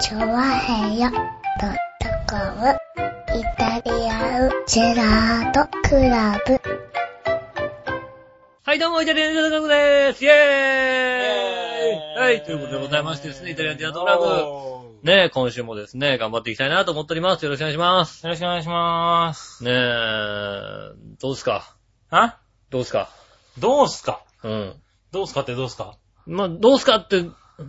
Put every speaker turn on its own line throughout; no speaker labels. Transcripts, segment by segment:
チョワヘヨドットコムイタリアンジェラートクラブ。
はい、どうも、イタリアンジェラートクラブですイェー
イ
イはい、ということでございましてですね、イタリアンジェラートクラブ。
おー
ねえ、今週もですね、頑張っていきたいなと思っております。よろしくお願いします。
よろしくお願いします。
ねえ、どうですか
あ
どうですか
どうすか
うん。
どうすかってどうすか
まあ、どうすかって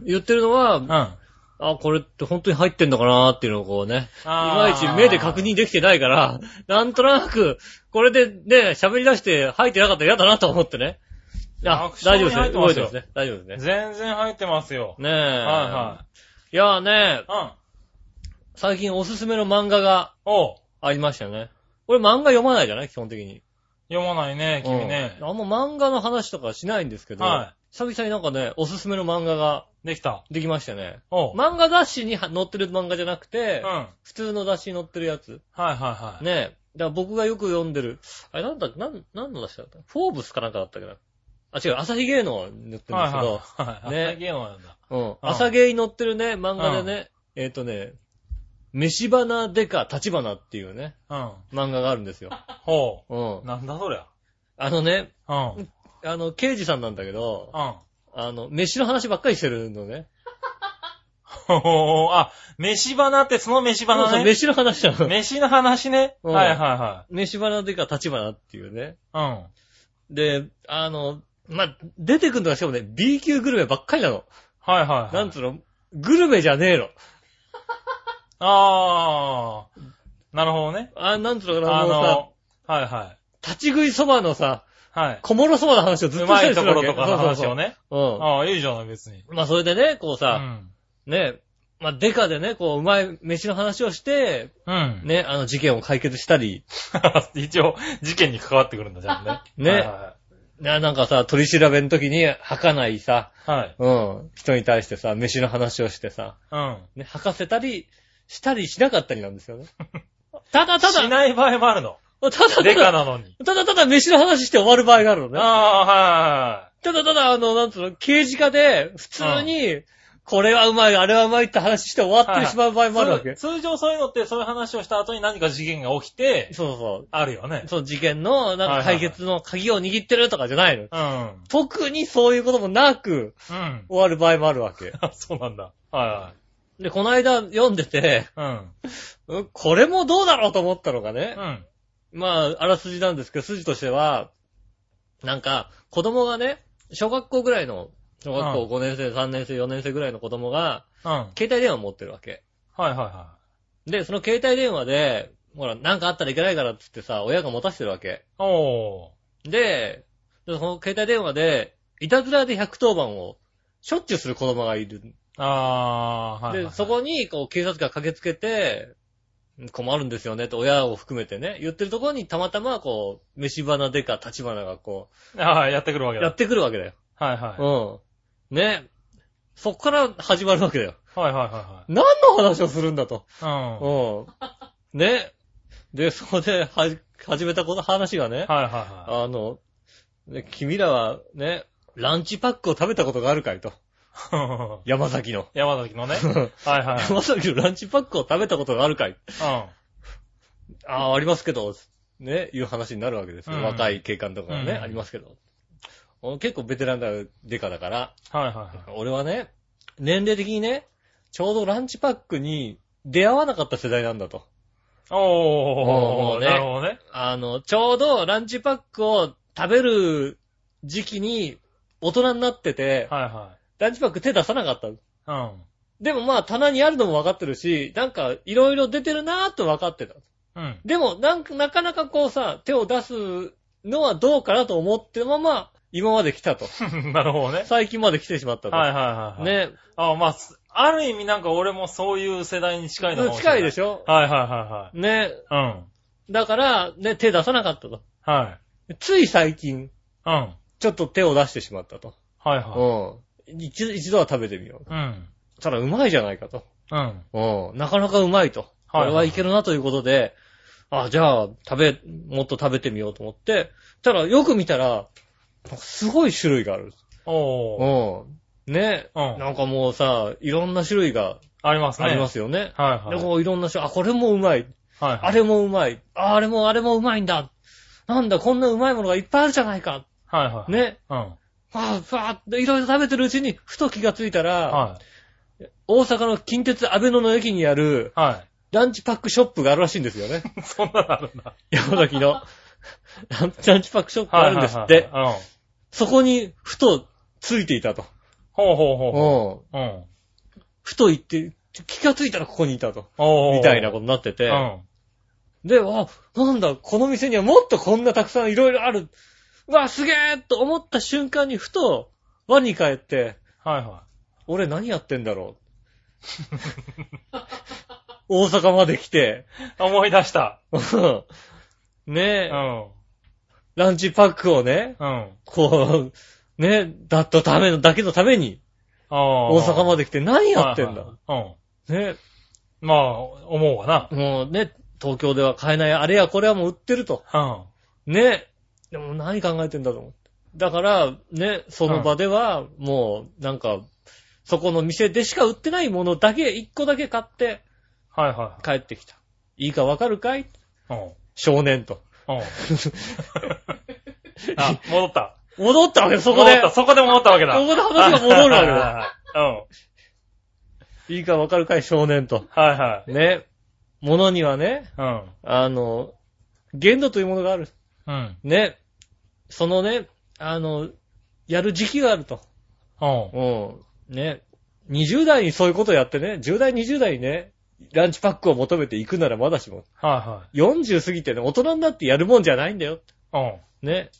言ってるのは、
うん。あ
あ、これって本当に入ってんのかなっていうのをこうね、いま
ー
いち目で確認できてないから、なんとなく、これでね、喋り出して入ってなかったら嫌だなと思ってね。あ、大丈夫ですね。
確実に入
覚え
っ
て
て
ま
ますすよ
ね。大丈夫ですね。
全然入ってますよ。
ねえ。
はい
やーね、
いはい。うん。
最近おすすめの漫画が
おう
ありましたよね。俺漫画読まないじゃない基本的に。
読まないね、君ね
う。んあんま漫画の話とかしないんですけど、
は
久々になんかね、おすすめの漫画が
できた。
できましたね。
おう。
漫画雑誌には載ってる漫画じゃなく
う
て
ん。、はい
普通の雑誌に載ってるやつ。
はいはい。
ねえ。だから僕がよく読んでる、あれなんだ、なん、なんの雑誌だったフォーブスかなんかだったっけな。あ、違う、朝日芸能に載ってるんで
はい
すけ
は
ど、
いはい。
ね
朝芸能なんだ。
うん。
うん
朝芸に載ってるね、漫画でね、えっ、とね、飯花でか立花っていうね、
うん。
漫画があるん ですよ。
ほ
うん
う。。なんだそりゃ。
あのね、
うん。うん。
あの、刑事さんなんだけど、
ほ
あの、飯の話ばっかりしてるのね。
ほほ あ、飯花ってその飯
そうそ
花
う
ね。
飯の話なの。
飯の話ね。
うん
はいはいは
飯花でか立花っていうね。
い。うん。
で、あの、ま、出てくるのがしかもね、B 級グルメばっかりなの。
はいはいはい。
なんつうの、グルメじゃねえの。
あー。なるほどね。
あ、なんつうのかな、
あ
もうさ、
の、はいは
立ち食いそばのさ、
い。はい。
小諸そばの話をずっと
う
し
ま
た
い
りす
と
る
こ
わ
ろ
け
とかの話を。ね。
そうそうそう
ああ、いいじゃない、別に。
うん。まあ、それでね、こう
う
さ、
ん。
ね、まあ、デカでね、こう、うまい飯の話をして、
うん。
ね、あの事件を解決したり、
一応、事件に関わってくるんだ、じゃんね。
ね
はいは
ななんかさ、取り調べの時に吐かないさ、
いはい。
うん、人に対してさ、飯の話をしてさ、
はい。
ね、吐かせたり、したりしなかったりなんですよね。ただ
うん。
ただ、
しない場合もあるの。
ただた
デカ
だ、
なのに。
ただただ飯の話して終わる場合があるのね。
あ
ただただ、あの、なんつうの、刑事課で、普通に、これはうまい、あれはうまいって話して終わってしまう場合
あ、
もある
は
わ
い。通
け。
通常そういうのって、そういう話をした後に何か事件が起きて、
そうそう。
あるよね。
その事件の、なんか解決の鍵を握ってるとかじゃないの。
うん。
特にそういうこともなく、
うん。
終わる場合もあるわけ。
あそうなんだ。は
で、この間読んでて、
いはい。
うんこれもどうだろうと思ったのがね
うん。う、ん。
まあ、あらすじなんですけど、筋としては、なんか、子供がね、小学校ぐらいの、小学校5年生、3年生、4年生ぐらいの子供が、
うん。はい
携帯電話を持ってるわけ。
はいは
で、その携帯電話で、ほら、なんかあったらいけないからってってさ、親が持たせてるわけ。
い。おー。
で、でその携帯電話で、いたずらで110番を、しょっちゅうする子供がいる。
あー、はいはい
で、
はい。
そこに、こう、警察が駆けつけて、困るんですよね、と親を含めてね、言ってるところにたまたま、こう、飯花でか立花がこ
ああ、やってくるわ
う、
け
やっ
だ。
てくるわけだよ。
はいはい。
うん。ね。そっから始まるわけだよ。
はいはいは
何の話をするんだと。
いはい。うん。
うん。ね。で、そこで、はじ、始めたこの話がね、
はいはいはい。
あの、ね君らはね、ランチパックを食べたことがあるかいと。山崎の。
山 崎のね。はいはい。
山崎のランチパックを食べたことがあるかいああ、ありますけど、ね、いう話になるわけですよ。
うん
若い警官とかはね、
うん
ありますけど。俺結構ベテランだ、デカだから、
うん。はいはい。
俺はね、年齢的にね、ちょうどランチパックに出会わなかった世代なんだと。
おー、なるほどね。
あの、ちょうどランチパックを食べる時期に大人になってて、
はいは
ランチパック手出さなかった。
い。うん。
でもまあ棚にあるのも分かってるし、なんかいろいろ出てるなーって分かってた。
うん。
でもなんか、なかなかこうさ、手を出すのはどうかなと思ってまま、今まで来 たと。
なるほどね。
最近まで来てしまったと。
はいはいはい。。
ね。
あまあ、ある意味なんか俺もそういう世代に近いのかも
近いでし
ょ。
ょ
はいはいは
ね。
いはい。うん。
だから、ね、手出さなかったと。
はい。
つい最近、
うん。はい
ちょっと手を出してしまったと。
は
うん。一度一度は食べてみよう。
い。うん。
ただうまいじゃないかと。
うん。
うん。なかなかうまいと。
はい
これはいけるなということで、あ、じゃあ、食べ、もっと食べてみようと思って、ただよく見たら、すごい種類がある。
おー。
うん。ね。
うん
なんかもうさ、いろんな種類が
ありますね。。
ありますすよね。
はいはい。
で、こういろんな人、あ、これもうまい。
はい
あ
はい。
れもうまい。ああれもあれもうまいんだ。なんだ、こんなうまいものがいっぱいあるじゃないか。
はいはい。。
ね。
うん。
ああ、ふわーっていろいろ食べてるうちに、ふと気がついたら、
は
大阪の近鉄安倍野の駅にある
い。は
ランチパックショップがあるらしいんですよ ね。
い。そんなのあるんだ。
山崎の。 ランチパックショップがあるんですっ
はい
て。
はいはいうん。
そこに、ふとついていたと。
ほうほうほうほ
うん。
う。うん。
ふと行って、気がついたらここにいたと。
おー
みたいなことになって
う
て。
ん。
で、あ、なんだ、この店にはもっとこんなたくさんいろいろある。うわ、すげえと思った瞬間にふと、輪に帰って、
はいは
俺何やってんだろ う。大阪まで来て、
い。思い出した。
うんね
う
え、
ん。
ランチパックをね、
うん。
こう、ね、だったための、だけのために、
大
大阪まで来て何やってんだ。
うん。
ね、
まあ、思うわな。
もうね、東京では買えない、あれやこれはもう売ってると。
うん。
ね。でも何考えてんだと思って。だから、ね、その場では、もう、なんか、そこの店でしか売ってないものだけ、一個だけ買って
はいは
帰ってきた。いいかわかるかい
い。うん。
少年 と。
うん。あ、戻った。
戻ったわ け、そこ
戻
で
っ。たそこで戻ったわけだ。
そこで話が戻るわけ だ。
けよ。
いいかわかるかい少年と。
うん。はいはい。
ね。ものにはね、
うん。
あの、限度というものがある。
うん。
ね。そのね、あの、やる時期があると。
うん。
うん。ね。20代にそういうことやってね、10代、20代にね、ランチパックを求めて行くならまだしも、
は
40過ぎてね、大人になってやるもんじゃないんだよ。
いはい。
ね。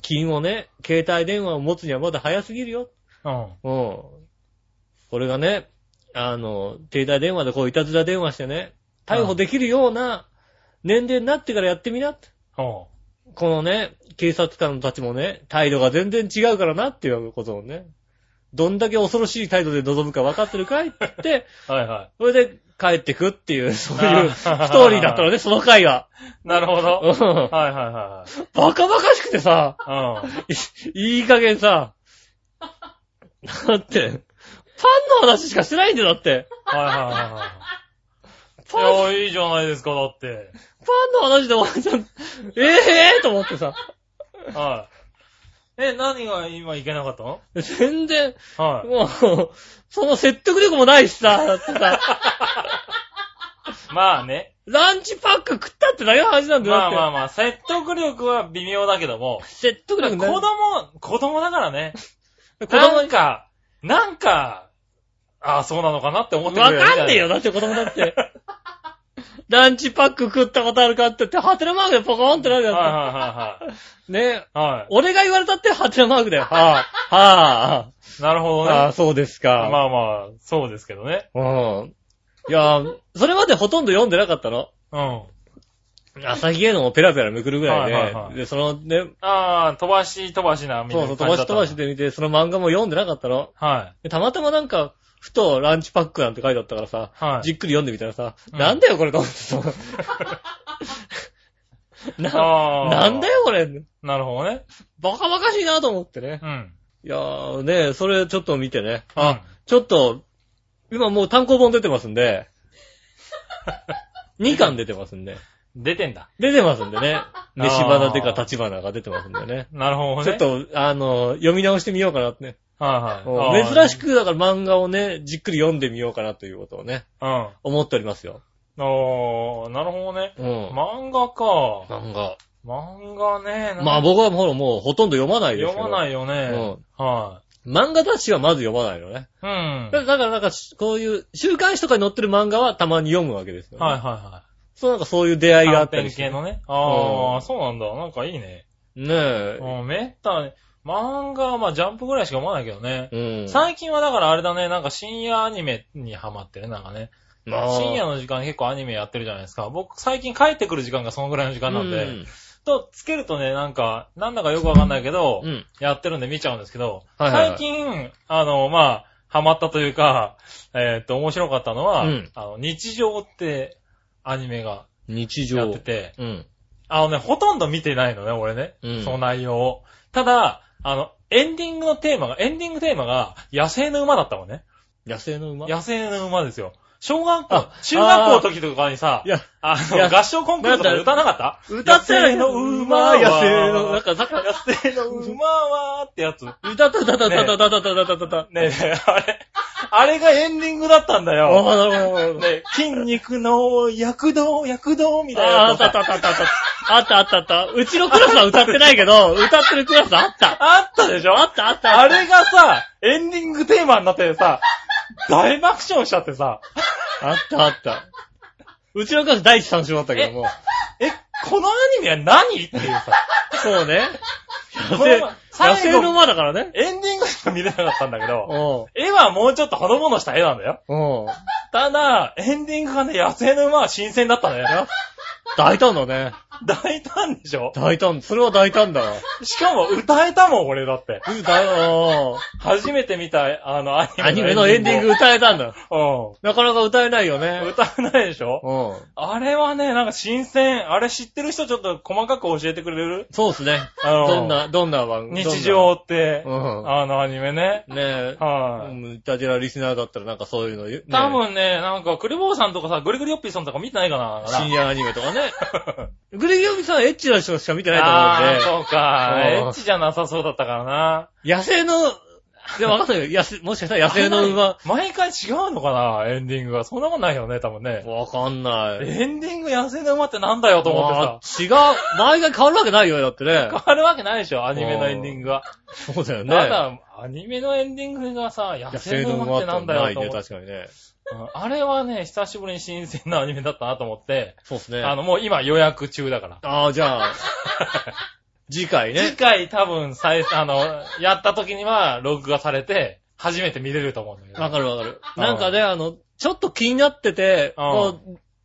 金をね、携帯電話を持つにはまだ早すぎるよ。
うん。うん。
うん。これがね、あの、携帯電話でこういたずら電話してね、逮捕できるような年齢になってからやってみなって。
うん。
このね、警察官たちもね、態度が全然違うからなっていうことをね、どんだけ恐ろしい態度で臨むか分かってるかいって言 って、
はいは
それで帰ってくっていう、そういう
あー
ストーリーだったのね、その回 は。
い。なるほ
うん
ど。はいはいは
バカバカしくてさ、
いはい。うん。
いい加減さ、だって、パンの話しかしてないんだよ、だって。
はいはいはい
パン、
はい。いや、いいじゃないですか、だって。
パンの話で終わっちゃう。ええーと思ってさ、
はい。え、何が今いけなかったの
全然、
はい。
もう、その説得力もないしさ、だってさ。
まあね。
ランチパック食ったってだけの話なんだよ。
ま
だ
あ
って
まあまあ、説得力は微妙だけども。
説得
子
力ない。
供、子供だからね。
子供
なん
に。
か、なんか、ああ、そうなのかなって思ってく
わ
れる
かんねえよ。。だって子供だ って。ランチパック食ったことあるかって言って、ハテナマークでポコーンってなるや
はい
つ。
はいはい
ねえ。
はい。は
俺が言われたってハテナマークだよ。はあ、はあ、
い。なるほど
ああ、
ね。
そうです
ま
か。
あまあ、そうですけどね。
うん。いやー、それまでほとんど読んでなかったの。
うん。
朝日芸能をペラペラめくるぐらいで、
はいはいはい
で、そのね、
ああ、飛ばし飛ばしな、みたい
そ
な
うそう、飛ば
感じだ
し
った
飛ばし。で見て、その漫画も読んでなかったの。
はい。
でたまたまなんか、ふとランチパックなんて書いてあったからさ、
はい
じっく り読んでみたらさ、
うん
なんだよこれと思って さ。な、
あ
な
あ。
んだよこれ。
なるほどね。
バカバカしいなと思ってね。
うん。
いやーね、それちょっと見てね。
あ、
ちょっと、今もう単行本出てますん で、2巻出てますんで。
出てんだ。
出てますんでね。飯花でか立花が出てますんでね。
なるほど
ちょ
ね。
っ。と、あの、読み直してみようかなってね。
はいはい。
珍し
く。
く、だから漫画をね、じっくり読んでみようかなということをね、
うん。あ
思っておりますよ。
あ、なるほどね。
うん。
漫画か。
漫画。
漫画ね。
まあ僕はもうもうほとんど読まないですけ
読
ど。
まないよね。は
漫画雑誌はまず読まないのね。
い。うん。
だだからなんか、こういう週刊誌とかに載ってる漫画はたまに読むわけですよ、ね。
はいはい
い。
は
そうなんかそういう出会
い。
いがあ
短
ったり
編
して。
系
ね
のね。あ
う
あ、
ん
そうなんだ。なんかいいね。
え。
うん、めったに。漫画はまあジャンプぐらいしか読まないけどね。
うん。
最近はだからあれだね、なんか深夜アニメにハマってる、なんかね。
まあ
深夜の時間結構アニメやってるじゃないですか。僕最近帰ってくる時間がそのぐらいの時間なんで。
うん
と、つけるとね、なんか、なんだかよくわかんないけど、
うん。
やってるんで見ちゃうんですけど、
はいはいはい
最近、あの、まあ、ハマったというか、えーっと、面白かったのは、
うん
あの、日常ってアニメが
日常。
やってて、
うん。
あのね、ほとんど見てないのね、俺ね、
うん
その内容を。ただ、あの、エンディングのテーマが、エンディングテーマが、野生の馬だったもんね。
野生の馬
野生の馬ですよ。小学校
あ、
中学校の時とかにさ
い、や、
あ
い
の、
や
合唱コンクールとかで歌わなかった
歌ってないの馬、野生の、なんか、なんか、
野生の馬はーってやつ。ね
うたたたたたたたたたたたた。
えねえ、あれ、あれがエンディングだったんだ
あ
よ。
あ、なるほどなるほど。
ね、筋肉の躍動、躍動みたいな
ああっ
やつ
たあ
を
った
さ
あったあったあった。あったあったあった。うちのクラスは歌ってないけど、歌ってるクラスあった。
あったでしょ
あったあった
あ
あった。
れがさ、エンディングテーマになってさ、大爆笑しちゃってさ、
あったあった。うちのクラス第一三章だったけども。
え、このアニメは何っていうさ、
そうね。野
これ
生、
は
野
最後
生の馬だからね。
エンディングしか見れなかったんだけど、
おう
絵はもうちょっとほのぼのした絵なんだよ。
おう
ただ、エンディングがね、野生の馬は新鮮だったね。
や大胆だね。
大胆でしょ
大胆、それは大胆だわ。
しかも歌えたもん、俺だって。
うんだおう
初めて見た、あの、
アニメのエンディング歌えたんだ。
グ。
なかなか歌えないよ
うん。
ね。
歌えないでしょ
うん。
あれはね、なんか新鮮。あれ知ってる人ちょっと細かく教えてくれる
そうっすね。
あの
どんな、どんな番組
日常って、
うん
あのアニメね。
ねえ。
は
う
い。
ん、イタジラリスナーだったらなんかそういうの言う、ね、
多分ね、なんか、クレボーさんとかさ、グリグリオッピーさんとか見てないかな
深夜アニメとかね。 グレギオミさんはエッチな人しか見てないと
ああー、
思うんで、
そうか。
うん
エッチじゃなさそうだったからな。
野生の、でも分かんないよ。野生、もしかしたら野生の馬。
毎回違うのかなエンディングが。そんなことないよね、多分ね。
わかんない。
エンディング野生の馬ってなんだよと思ってさ。
さ。違う、毎回変わるわけないよ、だって ね。
変わるわけないでしょ、アニメのエンディングは。
そうだよね。
ただ、アニメのエンディングがさ、野
野生
生
の
の
馬
馬っ
ってて
な
なんん
だ
だ
よ
よ。
と
な
思っ
い
て
ね、確かにね。
うんあれはね、久しぶりに新鮮なアニメだったなと思って、
そうですね。
あ
あ
の、もう今予約中だから。
あー、じゃ あ、次回
次
ね。
回多分、再、あの、やった時には、録画されて、初めて見れると思うんだけ
わ
ど。
かるわかる。なんかね、あの、ちょっと気になってて、
うん
もう、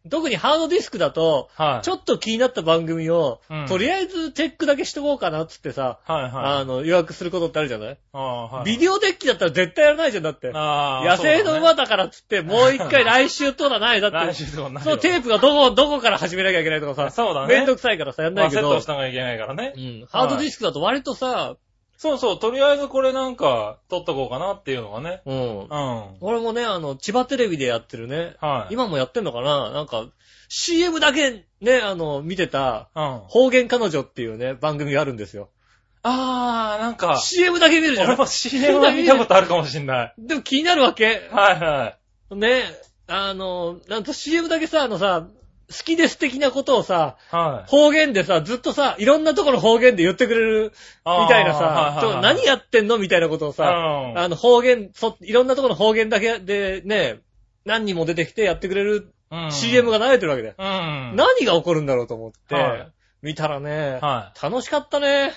特にハードディスクだと、
はい。
ちょっと気になった番組を
うん、
とりあえずチェックだけしとこうかなっつってさ、
はいはい。
あの、予約することってあるじゃない
ああ、はい。
ビデオデッキだったら絶対やらないじゃん、だって。
ああ、
野生の馬
っ
だからっつって、もう一回来週とかない、だっ
来
て。
週とかなる
そ
よ
のテープがどこ、どこから始めなきゃいけないとかさ、
そうだね。
めんどくさいからさ、やんないけ
まあセッ
ど
トし、たのがいけないからね
う。んハードディスクだと割とさ、
そうそう、とりあえずこれなんか、撮っとこうかなっていうのがね。
うん
う。ん。
俺もね、あの、千葉テレビでやってるね、
はい。
今もやってんのかななんか、CM だけね、あの、見てた、
うん。
方言彼女っていうね、番組があるんですよ。
あー、なんか、
CM だけ見るじゃ
俺
ん
も。CM は見たことあるかもしんない。
でも気になるわけ。
はいはい。
ね、あの、なんと CM だけさ、あのさ、好きです的なことをさ、
はい。
方言でさ、ずっとさ、いろんなところ方言で言ってくれる
あー
みたいな
はい
さ、
はい
ち
はい
ょ何やってんのみたいなことをさ、
うん
あの方言、そ、いろんなところの方言だけでね、何人も出てきてやってくれる
うん
CM が流れてるわけだよ。
うん。
何が起こるんだろうと思って、
はい
見たらね、
は
楽しかったね。
い。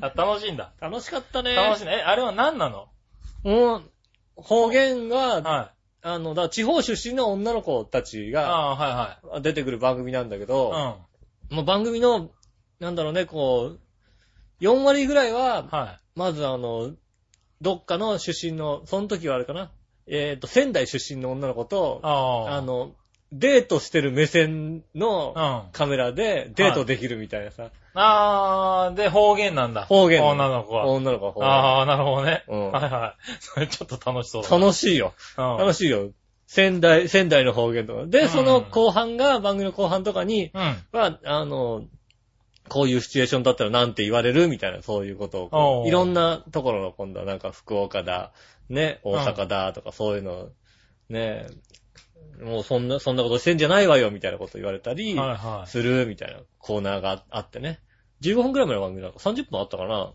あ、楽しいんだ。
楽しかったね。
楽しいね。え、あれは何なの
うん方言が、
はい。
あの、だから地方出身の女の子たち
あ
が
あ、は
出てくる番組なんだけ
い
ど、
はい。
もう番組の、なんだろうね、こう、4割ぐらい
うん。
は、
は
まずあの、どっかの出身の、その時はあれかな、えっ、と、仙台出身の女の子
い。
と、
ああ。
あ、の、デートしてる目線の
うん。
カメラでデートできるみたいなさ、
あー、で、方言なんだ。
方言の
女の子は。
女の子はこう
あー、なるほどね。
うん
はいはい。 それちょっと楽しそうだ。
楽しいよ。
うん
楽しいよ。仙台、仙台の方言とか。で、その
うん
後半が、番組の後半とかに、
うん。
は、あの、こういうシチュエーションだったらなんて言われるみたいな、そういうことをこ
お
う。
う
いろんなところの今度はなんか福岡だ、ね、大阪だとかそういうのを、ね、もうそんな、そんなことしてんじゃないわよみたいなこと言われたり、
はいはい。
するみたいなコーナーがあってね。15分くらいまで番組だから30分あったかな。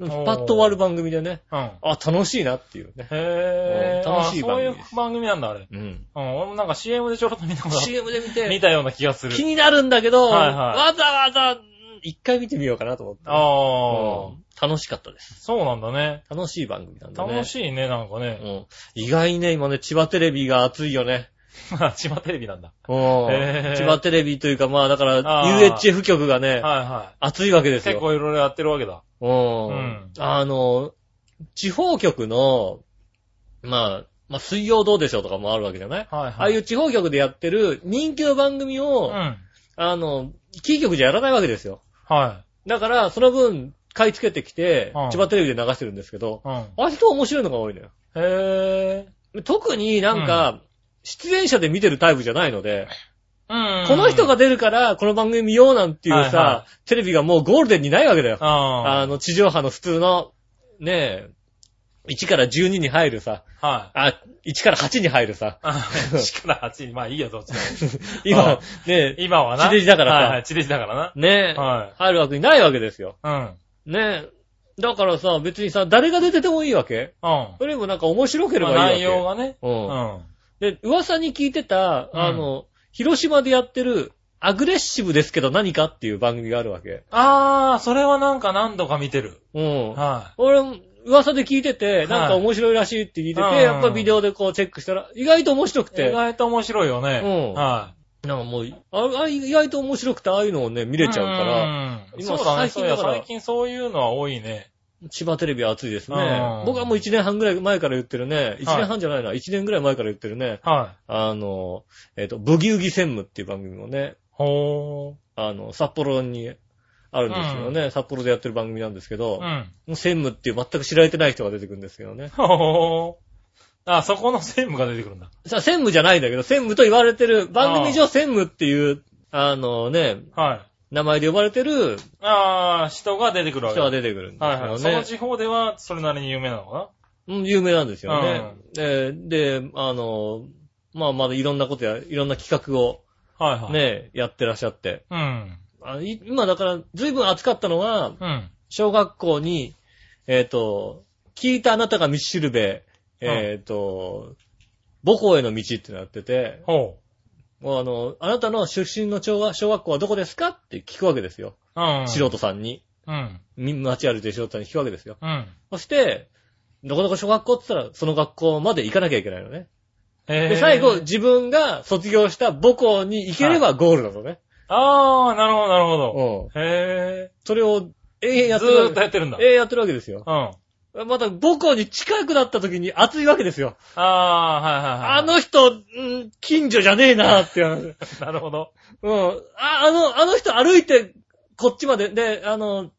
パ
おう
ッと終わる番組でね、
うん。
あ、楽しいなっていうね。
へぇ
うん
ー。
楽しい番組
あそういう番組なんだ、あれ。
うん。
うん、俺もなんか CM でちょろっと見たことある
CM で見
見
て、
たような気がする。
気になるんだけど、
はいはい
わざわざ、うん一回見てみようかなと思って。
ああ、
うん楽しかったです。
そうなんだね。
楽しい番組なんだね。
楽しいね、なんかね。
うん。意外にね、今ね、千葉テレビが熱いよね。
まあ、千葉テレビなんだ。
うん
へー
千葉テレビというか、まあだから
あー
UHF 局がね、
はいは
熱いわけで
い。
す
結
よ。
構いろいろやってるわけだ。
う
うん
ん。あの、地方局の、まあ、まあ水曜どうでしょうとかもあるわけじゃない
はいはい。
ああいう地方局でやってる人気の番組
う
を
ん。、はい。
あの、キー局じゃやらないわけですよ。だから、その分、買い付けてきて
うん、
千葉テレビで流してるんですけど、
うん。
割と面白いのが多いのよ。
へぇ
特になんか、出演者で見てるタイプじゃないので、
うん。
この人が出るから、この番組見ようなんていう
はいは
さ、テレビがもうゴールデンにないわけだよ。あ
あ
の、地上波の普通の、ねえ、1から12に入るさ、
あ。はい。
あ、1から8に入るさ、
あ1から8に、まあいいよ、どっちでも。
今
あ、
ねえ、
今はな。
地デジだからさ
はいはい、地デジだから
ねえ
な。、は
入るわけにないわけですよ。
い。うん。
ねえ。だからさ、別にさ、誰が出ててもいいわけ
うん。
それもなんか面白ければ
ま
い
あ
いわけ。
内容がね。
う。
うんん。
で、噂に聞いてた、
うん
あの、広島でやってる、アグレッシブですけど何かっていう番組があるわけ。
あー、それはなんか何度か見てる。
うん。
は
俺も噂で聞いてて、なんか面白いらしいって聞いてて、
はい
やっぱビデオでこうチェックしたら、意外と面白く
い。意
て、
外と面白いよね。
うん
は
なんかもう、ああ意外と面白くて、ああいうのをね、見
い。
れちゃうから、
うん。
今
そうだね。
最近
そうい
だ
や
から
最近そういうのは多いね。
千葉テレビは熱いです
う
ね。
ん
僕はもう1年半ぐらい前から言ってるね、1年半じゃないな、1年ぐらい前から言ってるね、
はい。
あの、えっと、ブギウギ専務っていう番組もね、
ほ
あの、札幌にあるんですけどね、札幌でやってる番組なんですけど
ー。う、ん。
専務っていう全く知られてない人が出てくるんですけどね。
ほー。あ、そこの専務が出てくるんだ。
さ、専務じゃないんだけど、専務と言われてる、番組上専務っていう、あのね、
はい。
名前で呼ばれてる
あー、人が出てくるわけ
人が
だ。
出てくるんです
はいはい。
よ
その
ね。
地方ではそれなりに有名なのか
うん有名なんですよね。で、であの、まあまだいろんなことや、いろんな企画を
なはいはい。。
ね、やってらっしゃって。
うん。
あい今だから、随分熱かったのは、
うん。
小学校に、えっ、と、聞いたあなたが道しるべ、えっ、と、母校への道ってなってて、
ほ
もうあの、あなたの出身の小学小学校はどこですかって聞くわけですよ。
う。うん。
素人さんに。
うん。
み街歩いてる素人さんに聞くわけですよ。
うん。
そして、どこどこ小学校って言ったら、その学校まで行かなきゃいけないのね。
え
で、最後、自分が卒業した母校に行ければゴールだとね。
あー、なるほど、なるほど。
うん。
へ
それを永遠
え。
やっ
ず
てるわ
ーっ
け
とやってるんだ。
永遠やってるわけですよ。
うん。あ
また母校に近くなった時に熱いわけですよ。
ー、はいはいはい。
あの人、うん近所じゃねえなって話。
なるほど。
うん。あ、あの、あの人歩いて、こっちまで。で、あの、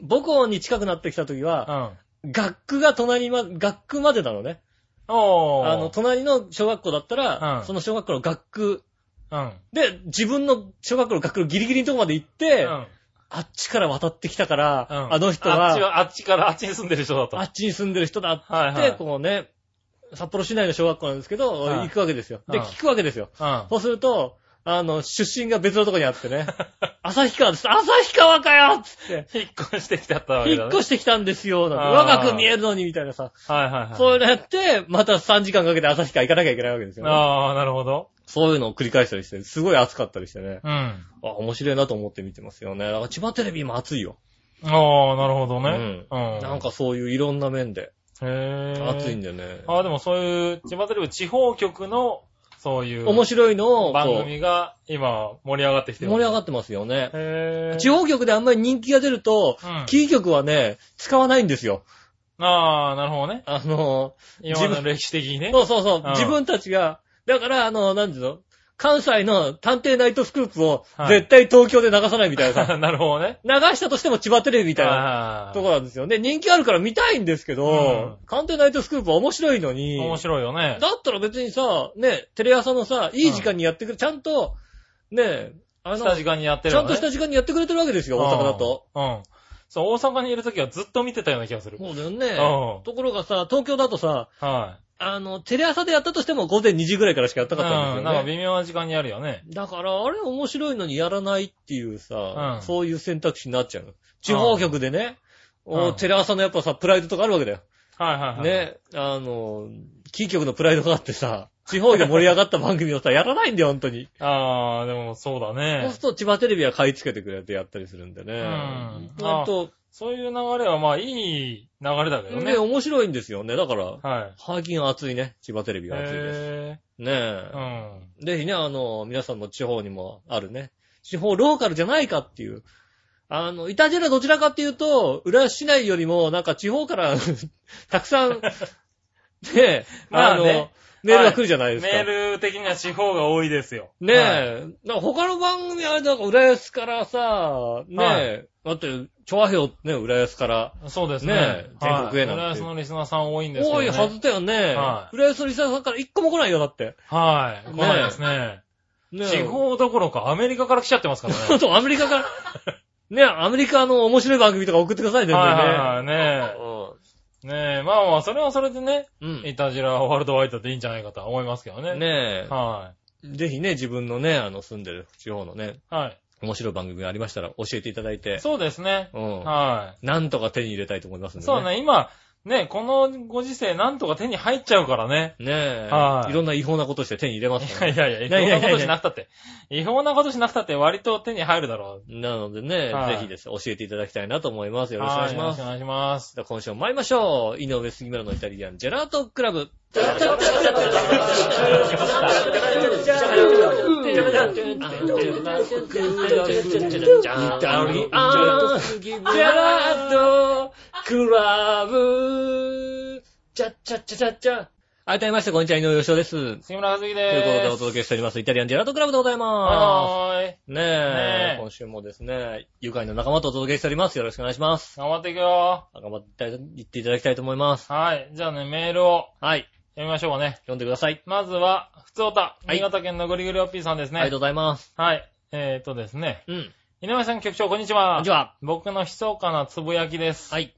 母校に近くなってきたとき
う
は、
ん。
学区が隣ま、学区までなのね。
おー。
あの、隣の小学校だったら、
うん
その小学校の学区
うん。
で、自分の小学校の学区のギリギリのとこまで行って、
うん。
あっちから渡ってきたから、
うん
あの人
あっち
は、
は、あっちから、あっちに住んでる人だと。
あっちに住んでる人だって、
はいはい
こうね、札幌市内の小学校なんですけど、
はい
行くわけですよ。で、
うん
聞くわけですよ。
うん。
そうすると、あの、出身が別のとこにあってね、 旭川です。旭川かよっつって、
引っ越してきちゃったわけ
引
だ
っ
ね。
越してきたんですよ、なんて、
あー
若く見えるのに、みたいなさ。
はいはいはい。
そういうのやって、また3時間かけて旭川行かなきゃいけないわけですよ、ね。
あー、なるほど。
そういうのを繰り返したりして、すごい暑かったりしてね。
うん。
あ、面白いなと思って見てますよね。だから千葉テレビも暑いよ。
あー、なるほどね。うん。
なん、かそういういろんな面で、
へー。
暑いんだよね。
ああ、でもそういう、千葉テレビ地方局の、そういう、
面白いのを、こう
番組が今盛り上がってきて
盛
る。
り上が
っ
ってますよね。
へぇー。
地方局であんまり人気が出ると、
うん
キー局はね、使わないんですよ。
ああ、なるほどね。
あの、
今の歴史的にね。
そうそうそう
うん、
自分たちが、だから、あの、なんていうの関西の探偵ナイトスクープを
はい
絶対東京で流さないみたい なさ、
なるほどね。
流したとしても千葉テレビみたいな
な
ところなんですよね。人気あるから見たいんですけど、探偵ナイトスクープは面白いのに、
面白いよね。
だったら別にさ、ね、テレ朝のさ、いい時間にやってくれ、ちゃんと、ね、あ
し
の、
た
ち
時間にやってる
ゃ
よ
ん
ね
とした時間にやってくれてるわけですよ、大阪だと。。
うんうん。そう、大阪にいるときはずっと見てたような気がする。
そうだよ
う
ね
ん。。は
ところがさ、東京だとさ、
い。
あの、テレ朝でやったとしても午前2時ぐらいからしかやったかったん
う
です
ん。なん
よ
か
ね。
微妙な時間にやるよね。
だから、あれ面白いのにやらないっていうさ、
うん
そういう選択肢になっちゃうの。地方局でね、
うん
おテレ朝のやっぱさ、プライドとかあるわけだよ。
はいはいはい。。
ね、あの、キー局のプライドがあってさ、地方で盛り上がった番組を さ、やらないんだよ、本当に。
ああ、でもそうだ
そう
ね
す。ると千葉テレビは買い付けてくれてやったりするんでね。
うん
ほんと、
そういう流れはまあいい流れだけどね
ね、。面白いんですよね。だから、
はい。
最近暑いね。千葉テレビが暑いです。
へ
ねえ
ぇー。う。ん。
ぜひね、あの、皆さんの地方にもあるね。地方ローカルじゃないかっていう。あの、イタジェラどちらかっていうと、浦安市 内よりも、なんか地方から、たくさん、ね、
まあね
の、メールが来るじゃないですか。
メール的には地方が多いですよ。
ね
はい
え、なんか他の番組あれだから、浦安からさ、ねえ、だって、調和票ね、浦安から。
そうです
ね
ね
え。全国へなんて
はい浦安のリスナーさん多いんですよ、
多
ね。
いはずだよね。
はい
浦安のリサさんから一個も来ないよ、だって。
はい。
ね
来ないですね。
ねえ
地方どころかアメリカから来ちゃっ てますから
そう
ね。
そう、アメリカ から。ねえ、アメリカの面白い番組とか送ってくださいね、
はいはい
全
はい。ねえ。ねえ。まあまあ、それはそれでね、
然ね。
イタジラワールドワイドでいいんじゃないかとは思いますけど
う
ね。
ん。ね
は
え、ぜひね、自分のね、あの、住んでる地方のね、
い。はい。
面白い番組がありましたら教えていただいて。
そうですね。
うん。
は
なんとか手に入れたいと思いますん
い。
でね。
そう。ね、今、ね、このご時世なんとか手に入っちゃうからね。
ねえ。
はい
いろんな違法なことして手に入れます
い
か
や
らね
いやいや、違法なことしなくたって。違法なことしなくたって割と手に入るだろう。
なのでね、
はい
ぜひですね、教えていただきたいなと思います。よろしくお願いします。
はいよろしくお願いします。
では今週も参りましょう。井上杉村のイタリアンジェラートクラブ。ジェラートクラブ。チャッチャッチャチャッチャ。改めまして、こんにちは、井上義雄です。というこ
杉村和樹
と
です。
でお届けしております、イタリアンジェラートクラブでございま
はーい。
す。ねえ
ねえ、
今週もですね、愉快な仲間とお届けしております。よろしくお願いします。
頑張っていくよ。
仲間って言っていただきたいと思います。
はい。じゃあね、メールを
はい、
読みましょうかね。
読んでください。
まずは、ふつおた。
はい
新潟県のぐりぐりおっぴーさんですね。
ありがとうございます。
はい。えーとですね。
うん。
井上さん局長、こんにちは。
こんにちは。
僕の密かなつぶやきです。
はい。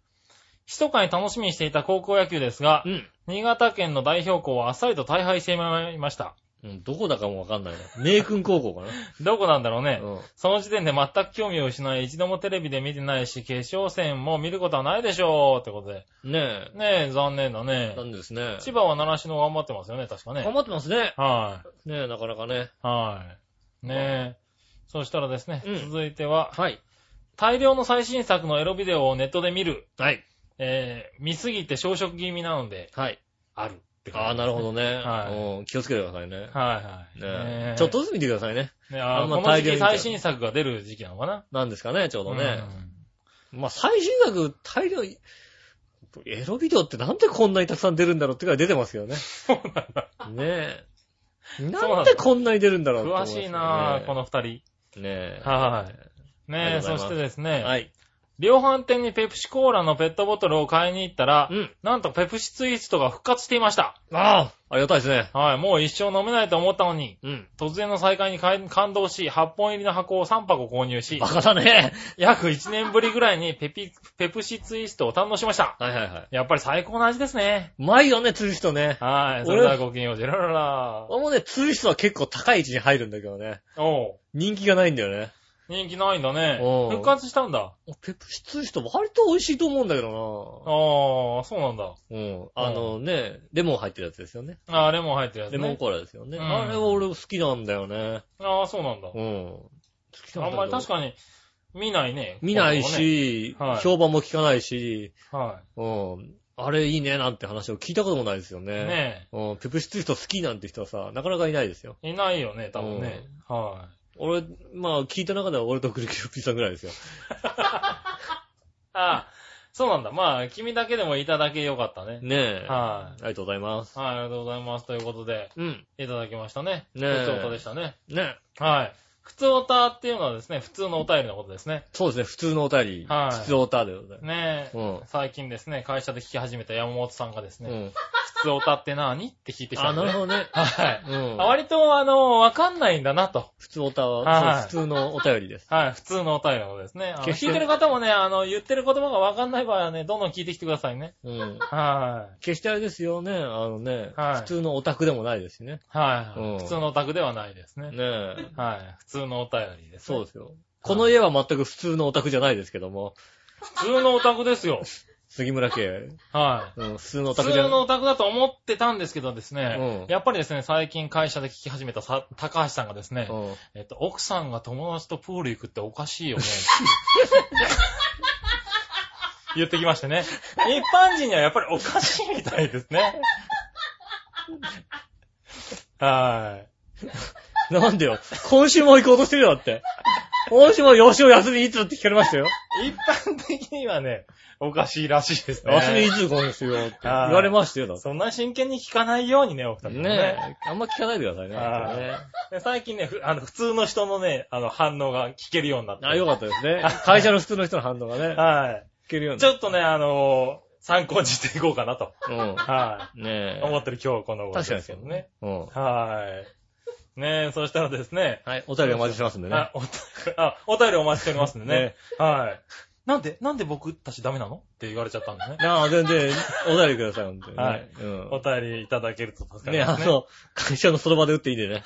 密かに楽しみにしていた高校野球ですが
う、ん
新潟県の代表校はあっさりと大敗してしまいました。
うん。どこだかもわかんないな。名君高校かな。
どこなんだろうね。
うん。
その時点で全く興味を失い、一度もテレビで見てないし、決勝戦も見ることはないでしょう。ってことで。
ね
ねえ、残念だ
え。
ね
な。んですね。
千葉は習志野頑張ってますよね、確か
頑
ね。
張ってますね。
は
ねえ、なかなかね。
い。はい。ねえ。そしたらですね、
うん
続いては、
はい。
大量の最新作のエロビデオをネットで見る。
はい。
えー、見すぎて消食気味なので、
はい。
あるって
ああ、なるほどね。
はい
うん気をつけてくださいね。
はいは
ね
い。え
え。ちょっとずつ見てくださいね。
ねあー
あんま
この
大
時
量に見
期
たら
最新作が出る時期なのかな
なんですかね、ちょうどね。
うん
まあ、最新作、大量、エロビデオってなんでこんなにたくさん出るんだろうってからい出てますけどね。そうなんだ。 ねえ。
だ
なんでこんなに出るんだろうって思
詳
ますよね
しいなぁ、こ。の二
ねえ。
人。は
あり
い。ね
が
え、
とうござい
そ
ます
してですね、
はい。
量販店にペプシコーラのペットボトルを買いに行ったら
う、ん。
なんとペプシツイートが復活していました。
ああ、ありがたいですね。
はい、もう一生飲めないと思ったのに、
うん。
突然の再会に感感動し、8本入りの箱を3箱購 入し
バ、カだね。
約1年ぶりぐらいにペピ、ペプシツイストを堪能しました。
はいはいはい。
やっぱり最高の味ですね。
うまいよね、釣る人ね。
はい、それではごきげんよう、ジェラララ。
俺もね、釣る人は結構高い位置に入るんだけどね。
おう、
人気がないんだよね。
人気ないんだね。
おう
復活したんだ。
ペプシ釣る人割と美味しいと思うんだけど
ああ、そうなんだ。
なうん。あのね、レモン入ってるやつですよね。
ああ、レモン入ってるやつ
レモン
ね。
コーラですよね。
うん
あれは俺好きなんだよね。
ああ、そうなんだ
う。ん。好きな
あ
んだけ
ん
ど
まり確かに見ないね。
見ないし
はい、
評判も聞かないし、
ここはね。は
うん。あれいいねなんて話を聞いたこともないですよ
い。
ね。
ね
うん。ペプシツイスト好きなんて人はさ、なかなかいないですよ。
え。いないよね、多分ね。は
俺、まあ聞いた中では俺とグリキューピーさんぐらいですよ。
い。ああ、そうなんだ。まあ、君だけでもいただけよかったね。
ねえ。あ
はい。
りがとうございます。
はい、ありがとうございます。ということで、
うん。
いただきましたね。
ねえ
普通おたでしたね。
ねえ。
はい。普通おたっていうのはですね、普通のお便りのことですね。
そうですね、普通のお便り。
はい
普通お便りでございま
ねえ、
うん
最近ですね、会社で聞き始めた山本さんがです
す。う
ね、
ん。
普通おたって何って聞いてきた
あ、
んで、
な
ね。
るほどね。
はい。
うん。
あ割と、あの、わかんないんだなと。
普通おた
は
は、
い
そう普通のお便りです。
はい、普通のお便りのことですね。あの
決して
聞いてる方もね、あの、言ってる言葉がわかんない場合はね、どんどん聞いてきてくださいね。
うん。
は
決してあれですよね、あのね、
はい
普通のオタクでもないですしね。
い。はい、
うん
普通のお宅ではないですね。
ねえ。
はい。普通のお便りです、ね。
そうですよ。この家は全く普通のオタクじゃないですけども、
普通のお宅ですよ。
杉村家、
はい。
うん、普通のオタ
普
クじゃ
通のオタクだと思ってたんですけどですね、
うん
やっぱりですね、最近会社で聞き始めたさ高橋さんがですね、
うん。
えっと、奥さんが友達とプール行くっておかしい よね。言ってきましてね。一般人にはやっぱりおかしいみたいですね。は
なんでよ。今週も行こうとしてるよだって。今週も吉尾休みいつって聞かれましたよ。
い。一般的にはね、おかしいらしいですね。
明日の25ですよって言
はい
われましたよ、だって。
そんな真剣に聞かないようにね、お二人もね。
ねえ、あんま聞かないでくださいね。
あー
ね
で最近ね、ふあの、普通の人のね、あの、反応が聞けるようになって。
あ、よかったですね。会社の普通の人の反応がね、
は
聞けるよう
い。
に
ち
なっ
ょっとね、あのー参考にしていこうかなと。
た。
は
うん。ね
い。
え。
思ってる今日はこの頃
確かに
ですけどね。
うん。
はい。ねえ、そしたらですね、
はい、お便りお待ちしてますんでね
あ。お便りあお便りお待ちしておりますんでね
ね。
はい。なんで、なんで僕たちダメなのって言われちゃったんでね。
なあ、全然、お便りください、ほんとにね。
はい。
う
お便りいただけると助か
ん。
り
ね、
ま
あ
すね。
の、会社のその場で打っていいんでね。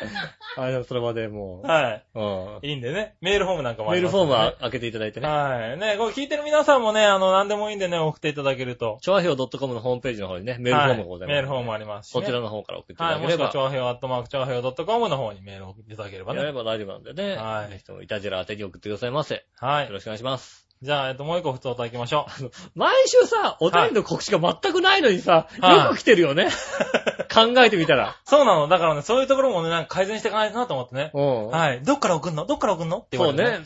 会社のその場でも
は
う、うん。
い。いいんでね。メールフォームなんかもあ
メール
ります
フォー
んで
ム
ね
は開けていただいてね。
はい。ね、これ聞いてる皆さんもね、あの、何でもいいんでね、送っていただけると。
調和表 .com のホームページの方にね、メールフォームがございます。
はいメールフォームありますし、ね。
こちらの方から送っていた
はい。
だけ
もし
れ
くは、
ば。
長平アットマーク、長平 .com の方にメールを送っていただければ
やれ
ね。
ば大丈夫なんでね。
はい
ぜひとも、いたじら宛てに送ってくださいませ。よ
はい。
ろしくお願いします。
じゃあ、えっと、もう一個普通歌行きましょう。
毎週さ、お便りの告知が全くないのにさ、
はい
よく来てるよね。考えてみた ら。
そうなの。だからね、そういうところもね、なんか改善していかないとなと思ってね。
うん。
はい。どっから送んのどっから送んのって言
そ
わ
う
れて、
ね。。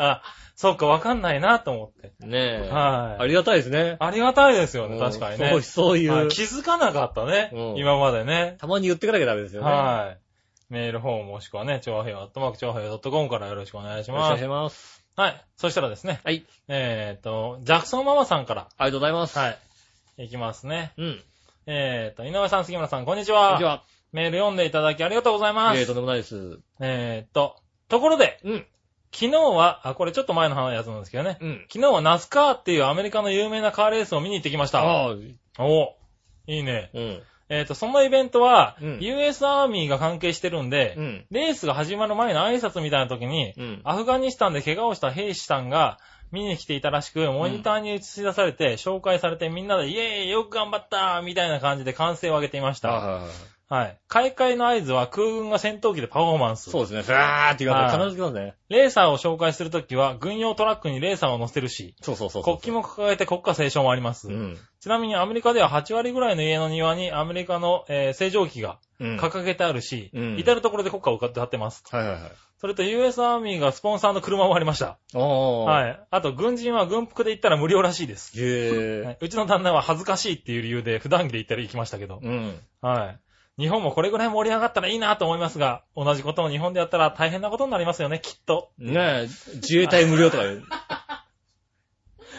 あ、そうか、わかんないなと思って。
ねえ。
はい
ありがたいですね。
ありがたいですよ
う
ね、
ん
確かに
そ
ね
う、。そうい、
はいう気づかなかったね
うん。
今までね。
たまに言ってかなきゃダメですよね。い。
はい。メールフォームもしくはね、長平アットマーク、長平 .com からよろしくお願いし
よろしくお願
ま
い
す
し。ます。
はい。そしたらですね。
はい。
えーっと、ジャクソンママさんから。
ありがとうございます。
はい。いきますね。
うん。
えーっと、井上さん、杉村さん、こんにち
こん
は。
にちは。
メール読んでいただきありがとうございま
いえ、
す
とん。でもないです。
えーっと、ところで、
うん。
昨日は、あ、これちょっと前の話やつなんですけどね。
うん。
昨日はナスカーっていうアメリカの有名なカーレースを見に行ってきました。
ああ、
おいいね。
うん。
えーっと、そのイベントは、
うん
US アーミーが関係してるんで、
うん。
レースが始まる前の挨拶みたいな時に、
うん。
アフガニスタンで怪我をした兵士さんが見に来ていたらしく、モニターに映し出されて、紹介されて、みんなで、イエーイよく頑張ったみたいな感じで歓声を上げていまし
あ
た。
はいはい
はい。開会の合図は空軍が戦闘機でパフォーマンス。
そうですね。ふわーって言われて
はい
必ず来ますね。
レーサーを紹介するときは、軍用トラックにレーサーを乗せるし、
そうそうそうそう。
国旗も掲げて国歌斉唱もあります。
うん。
ちなみにアメリカでは8割ぐらいの家の庭にアメリカの、えー正常旗が
うん。はい
掲げてあるし、
うん
至るところで国歌を歌ってます。
はいはい。
それと US アーミーがスポンサーの車もありました。
おー。い。
はい。あと、軍人は軍服で行ったら無料らしいです。
へ
は
え。
いうちの旦那は恥ずかしいっていう理由で普段着で行ったら行きましたけど。
うん。
はい。日本もこれぐらい盛り上がったらいいなと思いますが、同じことを日本でやったら大変なことになりますよね、きっと。
ねえ、自衛隊無料とかいう。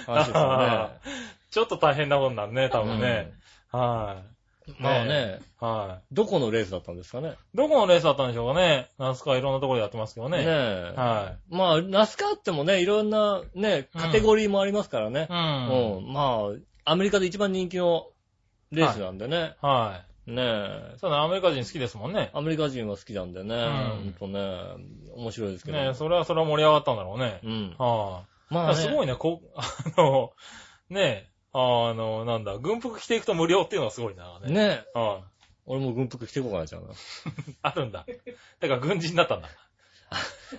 話ですよね。
ちょっと大変なことになるね、多分ね。はい。
うん。まあ。ね、
は
どこのレースだったんですかね。
い。どこのレースだったんでしょうかね。ナスカいろんなところでやってますけど
ね
ね。
え。
は
まあ、ナスカってもね、いろんなね、
うん
カテゴリーもありますからね
い。う。。
うんん。まあ、アメリカで一番人気のレースなんでね。
は
ねえ
い。。そうね、アメリカ人好きですもんね。
アメリカ人は好きなんでね。
ん
ほんとね、面白いですけど。
ねそれはそれは盛り上がったんだろうね。
うん。
はい。
まあ、ね、
すごいね、こ う、あの、ねえ、あの、なんだ、軍服着ていくと無料っていうのはすごいな、ね。
ねえ。
あ
俺も軍服着ていこうかな、じゃあ。
あるんだ。だから軍人だったんだ。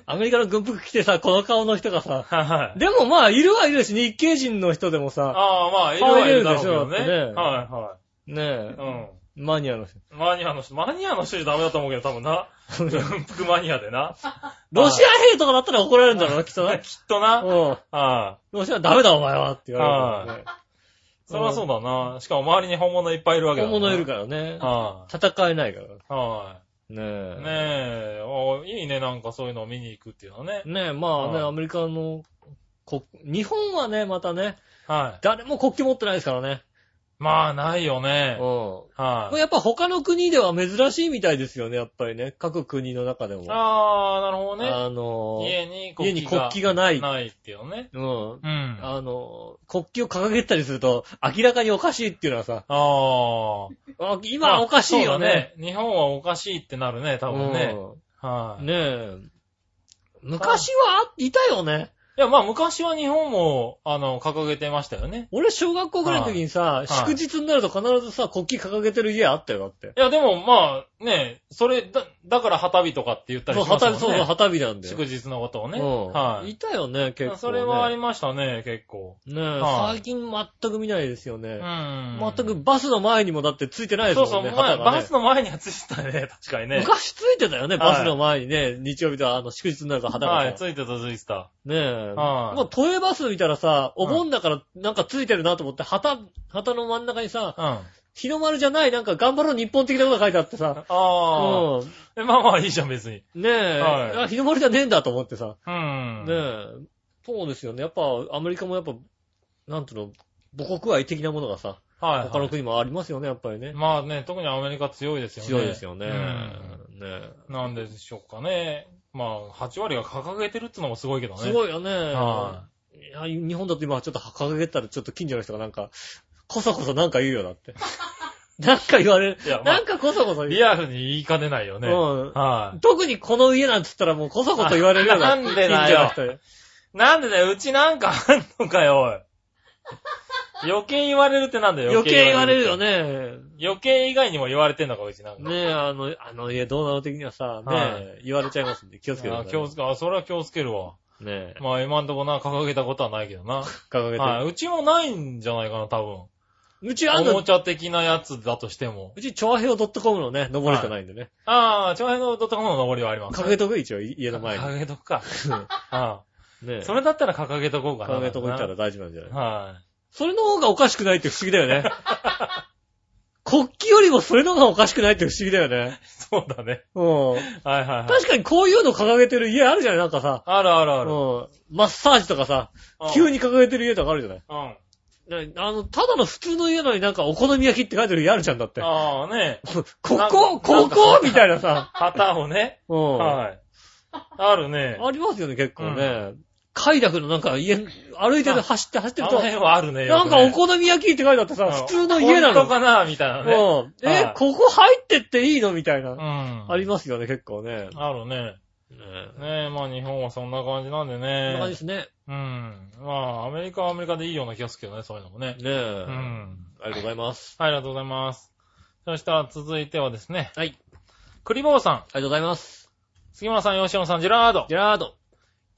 アメリカの軍服着てさ、この顔の人がさ、
はいはい。
でもまあ、いるはいるし、日系人の人でもさ、
ああ、まあ、いる
入
は
れ
い
る
る
で
だ
しょ
ろうけど
だ
ね
っ。てね
は
ね
いはい。
え、マニアの人。
うん。マニアの人、マニアの人じゃダメだと思うけど、多分な。軍服マニアでな。
ロシア兵とかだったら怒られるんだろうな、きっと
き
な。
っとな。はい。
うん。ロシアダメだお前はって言われるからね。
そりゃそうだな。しかも周りに本物いっぱいいるわけだ
本物いる
か
からね。
は
戦えないから。ね
い。は
え
い。。ねえ、おいいね、なんかそういうのを見に行くっていうのはね。
ねえ、まあね、
はい
アメリカの国、日本はね、またね、
はい。
誰も国旗持ってないですからね。
まあ、ないよね。
うん。
はい
これ。やっぱ他の国では珍しいみたいですよね、やっぱりね。各国の中でも。
ああ、なるほどね。
あのー、
家に
家に国旗がない。
ないっていうね。
うん。
うん。あ
あのー、国旗を掲げたりすると、明らかにおかしいっていうのはさ、
あ。
あ
ま
今
あ
おかしいよね。。
そうだ日本はおかしいってなるね、多分ね。は
う
い
ん。
い
ねえ。昔はあ、いたよね。
や、まあ昔は日本も、あの、掲げてましたよね。
俺、小学校ぐらいの時にさ、
い
祝日になると必ずさ、国旗掲げてる家あったよ、だって。
いや、でもまあ、ねえ、それ、だ、だから、旗日とかって言ったり
そう、
しま
は
すも
た
ん
そ
ね。
うそう、はたびなんだよ。
祝日のことをね。
うん
はいい。
たよね、結構、ね。
それはありましたね、結構。
ねえ、
は
最
い
近全く見ないですよ
う
ね。
ん。
全くバスの前にもだってついてないです
そ
も
うそ
ん
う、
ね。
前
旗がね
バスの前にはついてたね、 確かにね。
昔ついてたよね、
はい
バスの前にね、日曜日とあの祝日になるから旗がさ。
はい、ついてた、ついてた。
ねえ。
はい
もう都営バス見たらさ、お
うん
盆だからなんかついてるなと思って、旗、旗の真ん中にさ、
うん。あ
日の丸じゃないなんか頑張ろう日本的なことが書いてあってさ、
あ。
うん。
えまあまあいいじゃん、別に。
ねえ、
はい
あ日の丸じゃねえんだと思ってさ、
うん。
ねえ、そうですよね。やっぱアメリカもやっぱ、なんていうの、母国愛的なものがさ、
はい、
他の
は
国もありますよね、やっぱりね
い。。まあね、特にアメリカ強いですよね。
強いですよね。
うん。
ね
なんでしょうかね。まあ、8割が掲げてるってのもすごいけど
え
ね。
す
い。
ごいよね。
はい
や、日本だと今ちょっと掲げたらちょっと近所の人がなんか、こそこそなんか言うよだって。 なんか言われる。
いや、ま
な
あ
ん、かこそこそ言う。
リアルに言いかねないよね。
うん
は
特にこの家なんつったらもうこそこそ言われるよう
あなんでだよ
近所の人に
い。なんでだよ、うちなんかあんの かよ、おい。余計言われるってなんだよ、
余計言われる
ね
よね。
余計以外にも言われてんのか、うちなんか。
ねえ、あの、あの家どうなの的にはさ、ねえ、
は
言われちゃいますんで気をつけてく
あ
ださい
気をつけ、あ、それは気をつけるわ。
ねえ、
まあ今んとこな、掲げたことはないけどな。
掲げて
はい。うちもないんじゃないかな、多
る。うち
分。
あ
おも
の、
ちゃ的なやつだとしても。
うち、調和表 .com のね、登れてないんでね。
ああ、長編のドットコムの登りはあります。
掲げとく一応、家の前に。
掲げと くか。あ
ねえ
あ。それだったら掲げとこうかな。
掲げとこ行ったら大丈夫なんじゃない
はい。
それの方がおかしくないって不思議だよね。国旗よりもそれの方がおかしくないって不思議だよね。
そうだね。
うん。
はいはいはい。
確かにこういうの掲げてる家あるじゃないなんかさ。
あるあるあ
う
る。
ん。マッサージとかさ、急
に。
に掲げてる家とかあるじゃない
うん。あ
なあの、ただの普通の家なのになんかお好み焼きって書いてる家あるじゃんだって。
あね。
こ
な
こ
んか
こここみたいなさ。
旗をね。
うん。
はい。あるね。
ありますよね、結構
う
ね。快楽のなんか家、歩いてる、
あ
走って走って
あ
る
の
と、
辺はあるね。
なんかお
よくね
好み焼きって書いてあってさ、普通の家な
本当
の。
かなみたいなね。
うん。え
は、い
ここ入ってっていいのみたいな
う。ん。
ありますよね、結構ね。
あるね。
ね
ねえ、まあ日本はそんな感じなんで
こんな感じ
ね
で。すね。
うん。まあ、アメリカはアメリカでいいような気がするけどね、そういうのもね。
ねえ。
う
あ
ん。
りがとうございます。
はい、ありがとうございます。そしたら続いてはですね、
はい。
栗坊さん、
ありがとうございます。
杉村さん、吉野さん、ジェラード。
ジェラード。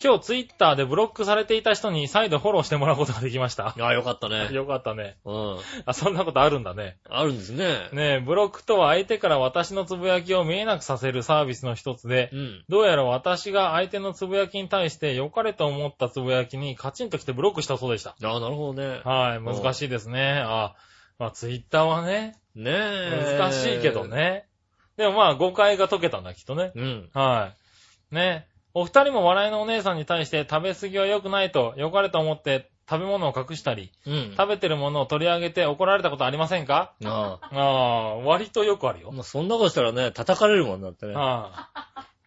今日ツイッターでブロックされていた人に再度フォローしてもらうことができました。
ああ、よかったね。
よかったね。
うん。
あ、そんなことあるんだね。
あるんですね。
ねえ、ブロックとは相手から私のつぶやきを見えなくさせるサービスの一つで
う、ん。
どうやら私が相手のつぶやきに対して良かれと思ったつぶやきにカチンと来てブロックしたそうでした。
ああ、なるほどね。
はい、難しいですね。あ、まあツイッターはね、
ねえ。
難しいけど。ね。でもまあ誤解が解けたんだ、きっとね。
うん。
はい。ね。お二人も笑いのお姉さんに対して食べ過ぎは良くないと、良かれと思って食べ物を隠したり、
うん。
食べてるものを取り上げて怒られたことありませんか
あ
ああ、割とよくある
あ。
よ。
まあ、そんなことしたらね、叩かれるもんだってね。
は